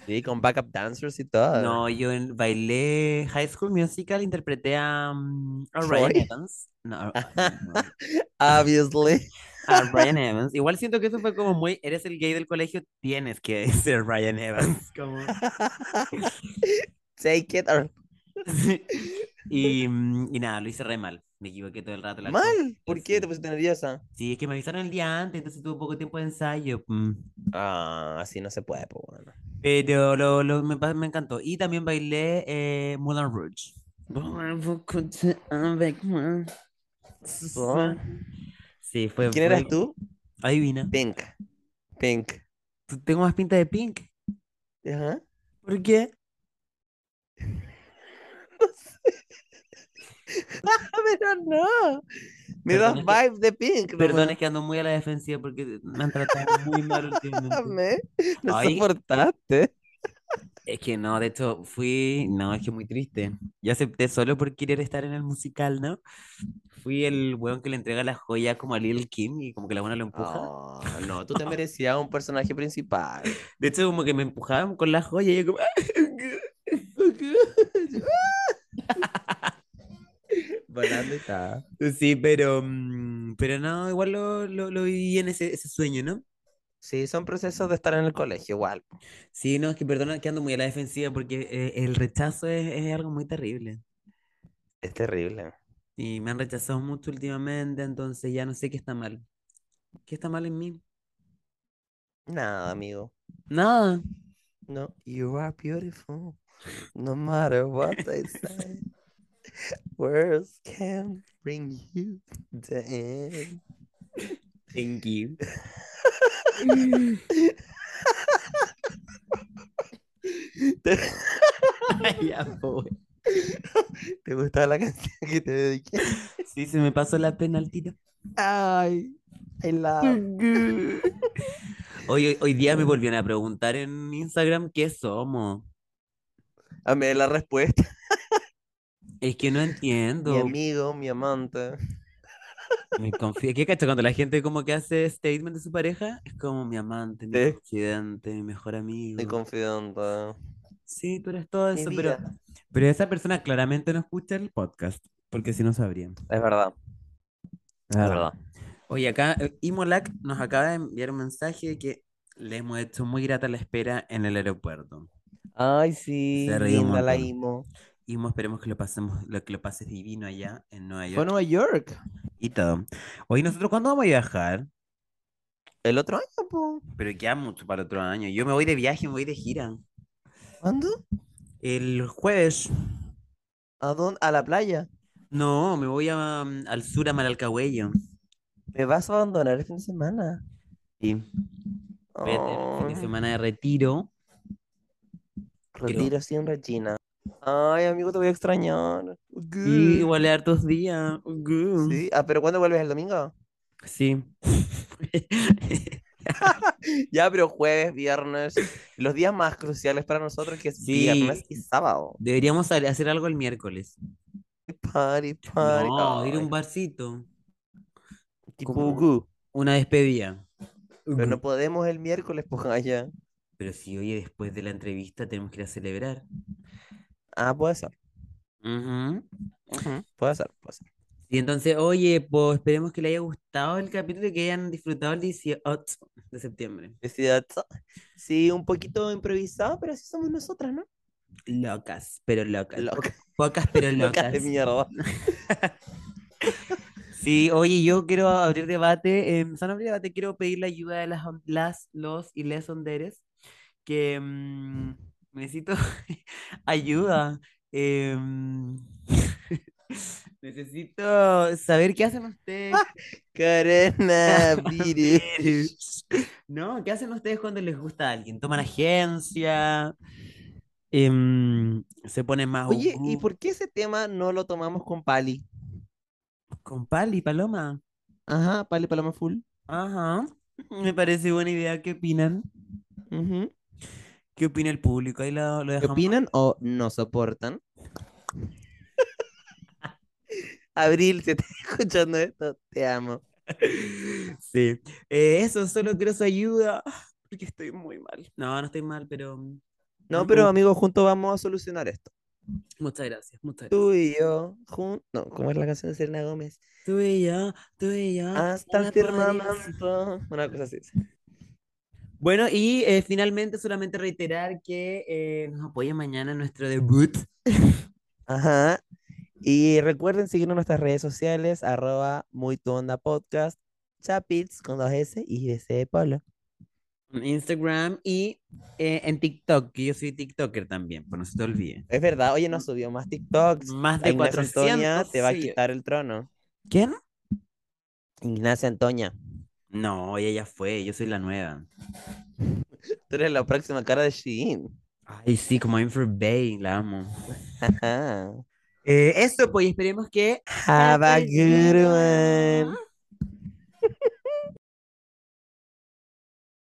Speaker 2: Sí, con backup dancers y todo.
Speaker 1: No, yo en- bailé High School Musical, interpreté a, mm, a
Speaker 2: Troy.
Speaker 1: Ryan Evans. No, a- no,
Speaker 2: Obviously.
Speaker 1: a Ryan Evans. Igual siento que eso fue como muy, eres el gay del colegio, tienes que ser Ryan Evans. Como...
Speaker 2: Take it or...
Speaker 1: Sí. Y, mm, y nada, lo hice re mal. Me equivoqué todo el rato. la cosa.
Speaker 2: Mal, ¿por qué
Speaker 1: Sí.
Speaker 2: te pusiste nerviosa?
Speaker 1: Sí, es que me avisaron el día antes, entonces tuve poco tiempo de ensayo. mm.
Speaker 2: Ah, así no se puede, pues bueno.
Speaker 1: Pero lo, lo- me, pa- me encantó. Y también bailé eh, Moulin Rouge. Moulin Rouge avec moi.
Speaker 2: Ah.
Speaker 1: Sí, fue.
Speaker 2: ¿Quién
Speaker 1: fue-
Speaker 2: eras tú?
Speaker 1: Adivina.
Speaker 2: Pink. Pink.
Speaker 1: Tú- Tengo más pinta de Pink.
Speaker 2: Ajá.
Speaker 1: ¿Por qué?
Speaker 2: Pero no. Me
Speaker 1: Perdón,
Speaker 2: das
Speaker 1: es que-
Speaker 2: vibes de Pink. no,
Speaker 1: Perdón, es que ando muy a la defensiva porque me han tratado muy mal últimamente.
Speaker 2: Perdóname. No
Speaker 1: Ay.
Speaker 2: soportaste.
Speaker 1: Es que no, de hecho, fui. No, es que muy triste. Yo acepté solo por querer estar en el musical, ¿no? Fui el weón que le entrega la joya como a Lil Kim y como que la buena lo empuja.
Speaker 2: Oh, no, tú te merecías un personaje principal.
Speaker 1: De hecho, como que me empujaban con la joya y yo como... "Ah,
Speaker 2: Volando está.
Speaker 1: Sí, pero, mm, pero no, igual lo, lo, lo viví en ese, ese sueño, ¿no?
Speaker 2: Sí, son procesos de estar en el colegio igual.
Speaker 1: Sí, no, es que perdona que ando muy a la defensiva porque eh, el rechazo es, es algo muy terrible.
Speaker 2: Es terrible.
Speaker 1: Y me han rechazado mucho últimamente, entonces ya no sé qué está mal. ¿Qué está mal en mí?
Speaker 2: Nada, amigo.
Speaker 1: Nada.
Speaker 2: No, you are beautiful. No matter what they say. Words can bring you down.
Speaker 1: Thank you. Ya, pues. pobre.
Speaker 2: ¿Te gustaba la canción que te dediqué?
Speaker 1: Sí, se me pasó la pena al tiro.
Speaker 2: Ay, I
Speaker 1: Mm.
Speaker 2: love.
Speaker 1: Hoy, hoy, hoy día me volvieron a preguntar en Instagram qué somos.
Speaker 2: Amé la respuesta.
Speaker 1: Es que no
Speaker 2: Mi
Speaker 1: entiendo.
Speaker 2: amigo, mi amante.
Speaker 1: Me confía. ¿Qué cacho? Cuando la gente como que hace statement de su pareja, es como mi amante, mi
Speaker 2: Sí.
Speaker 1: confidente, mi mejor amigo.
Speaker 2: Mi confidente.
Speaker 1: Sí, tú eres todo
Speaker 2: mi
Speaker 1: eso, pero,
Speaker 2: vida.
Speaker 1: pero esa persona claramente no escucha el podcast, porque si no sabrían.
Speaker 2: Es verdad, es verdad.
Speaker 1: Ah. Oye, acá eh, Imolac nos acaba de enviar un mensaje de que le hemos hecho muy grata la espera en el aeropuerto.
Speaker 2: Ay, sí,
Speaker 1: Se ríe un
Speaker 2: linda la
Speaker 1: montón.
Speaker 2: Imo.
Speaker 1: Imo, esperemos que lo pasemos, lo que lo pases divino allá en Nueva
Speaker 2: Fue a
Speaker 1: York
Speaker 2: Nueva York.
Speaker 1: y todo. Oye, ¿nosotros cuándo vamos a viajar?
Speaker 2: El otro año, po.
Speaker 1: Pero queda mucho para otro año. Yo me voy de viaje, me voy de gira.
Speaker 2: ¿Cuándo?
Speaker 1: El jueves.
Speaker 2: ¿A dónde? A la playa.
Speaker 1: No, me voy a, mm, al sur a Malalcahuello.
Speaker 2: ¿Me vas a abandonar el fin de semana?
Speaker 1: Sí. Vete, fin de
Speaker 2: Ay,
Speaker 1: semana de retiro.
Speaker 2: retiro sin Regina. Ay, amigo, te voy a extrañar.
Speaker 1: Y igual es hartos días. Gu.
Speaker 2: Mm. Sí. Ah, pero ¿cuándo vuelves el domingo?
Speaker 1: Sí.
Speaker 2: Ya, pero jueves, viernes, los días más cruciales para nosotros que es
Speaker 1: Sí.
Speaker 2: viernes y sábado.
Speaker 1: Deberíamos ha- hacer algo el miércoles.
Speaker 2: Party, party.
Speaker 1: No, ir a un
Speaker 2: ay,
Speaker 1: barcito.
Speaker 2: tipo
Speaker 1: como-
Speaker 2: gu.
Speaker 1: Una despedida.
Speaker 2: Pero
Speaker 1: Gu.
Speaker 2: no podemos el miércoles, pues allá.
Speaker 1: Pero si oye, después de la entrevista tenemos que ir a celebrar.
Speaker 2: Ah, puede ser.
Speaker 1: Ujú.
Speaker 2: Ujú, Puede ser, puede ser.
Speaker 1: Y entonces, oye, pues esperemos que le haya gustado el capítulo y que hayan disfrutado el 18 de septiembre.
Speaker 2: Decida- Sí, un poquito improvisado, pero así somos nosotras, ¿no?
Speaker 1: Locas, pero locas.
Speaker 2: Loca-
Speaker 1: Poca- Pocas, pero
Speaker 2: locas
Speaker 1: locas.
Speaker 2: de mierda.
Speaker 1: Sí, oye, yo quiero abrir debate. em, San abrir debate, quiero pedir la ayuda de las, on- las los y les honderes que mm, necesito ayuda. em, necesito saber qué hacen ustedes.
Speaker 2: Coronavirus.
Speaker 1: No, ¿qué hacen ustedes cuando les gusta a alguien? ¿Toman agencia? Em, ¿se ponen más
Speaker 2: Oye, ¿y
Speaker 1: ujú
Speaker 2: por qué ese tema no lo tomamos con Pali?
Speaker 1: con Pali, Paloma?
Speaker 2: Ajá, Pali Paloma Full.
Speaker 1: Ajá, me parece buena idea. ¿Qué opinan?
Speaker 2: Ujú.
Speaker 1: ¿Qué opina el público? Ahí lo, lo
Speaker 2: ¿Qué
Speaker 1: dejamos.
Speaker 2: opinan o no soportan? Abril, si estás escuchando esto, te amo.
Speaker 1: Sí. Eh, eso, solo quiero su ayuda. Ah, Porque estoy muy mal. No, no estoy mal, pero mm,
Speaker 2: No,
Speaker 1: Uh.
Speaker 2: pero amigos, juntos vamos a solucionar esto.
Speaker 1: muchas gracias, muchas gracias.
Speaker 2: Tú y yo, juntos. No, ¿cómo es la canción de Selena Gómez?
Speaker 1: Tú y yo, tú y yo.
Speaker 2: Hasta el
Speaker 1: la podrías-
Speaker 2: firmamento. Una cosa así.
Speaker 1: Bueno, y eh, finalmente solamente reiterar que eh, nos apoyen mañana en nuestro debut.
Speaker 2: Ajá. Y recuerden seguirnos en nuestras redes sociales, arroba muy tu onda podcast, chapits con dos S y DC de Pablo.
Speaker 1: en Instagram y eh, en TikTok, que yo soy TikToker también, por no se te olvide.
Speaker 2: Es verdad, oye, nos subió más TikToks.
Speaker 1: Más
Speaker 2: A
Speaker 1: de
Speaker 2: Ignacia
Speaker 1: 400.
Speaker 2: Antonia te va a
Speaker 1: seguidores.
Speaker 2: quitar el trono.
Speaker 1: ¿Quién?
Speaker 2: Ignacia Antonia.
Speaker 1: No, ella ya fue, yo soy la nueva.
Speaker 2: Tú eres la próxima cara de Shein.
Speaker 1: Ay, sí, como I'm for Bay, la amo.
Speaker 2: Ajá.
Speaker 1: Eh, eso, pues, y esperemos que
Speaker 2: Have a good one.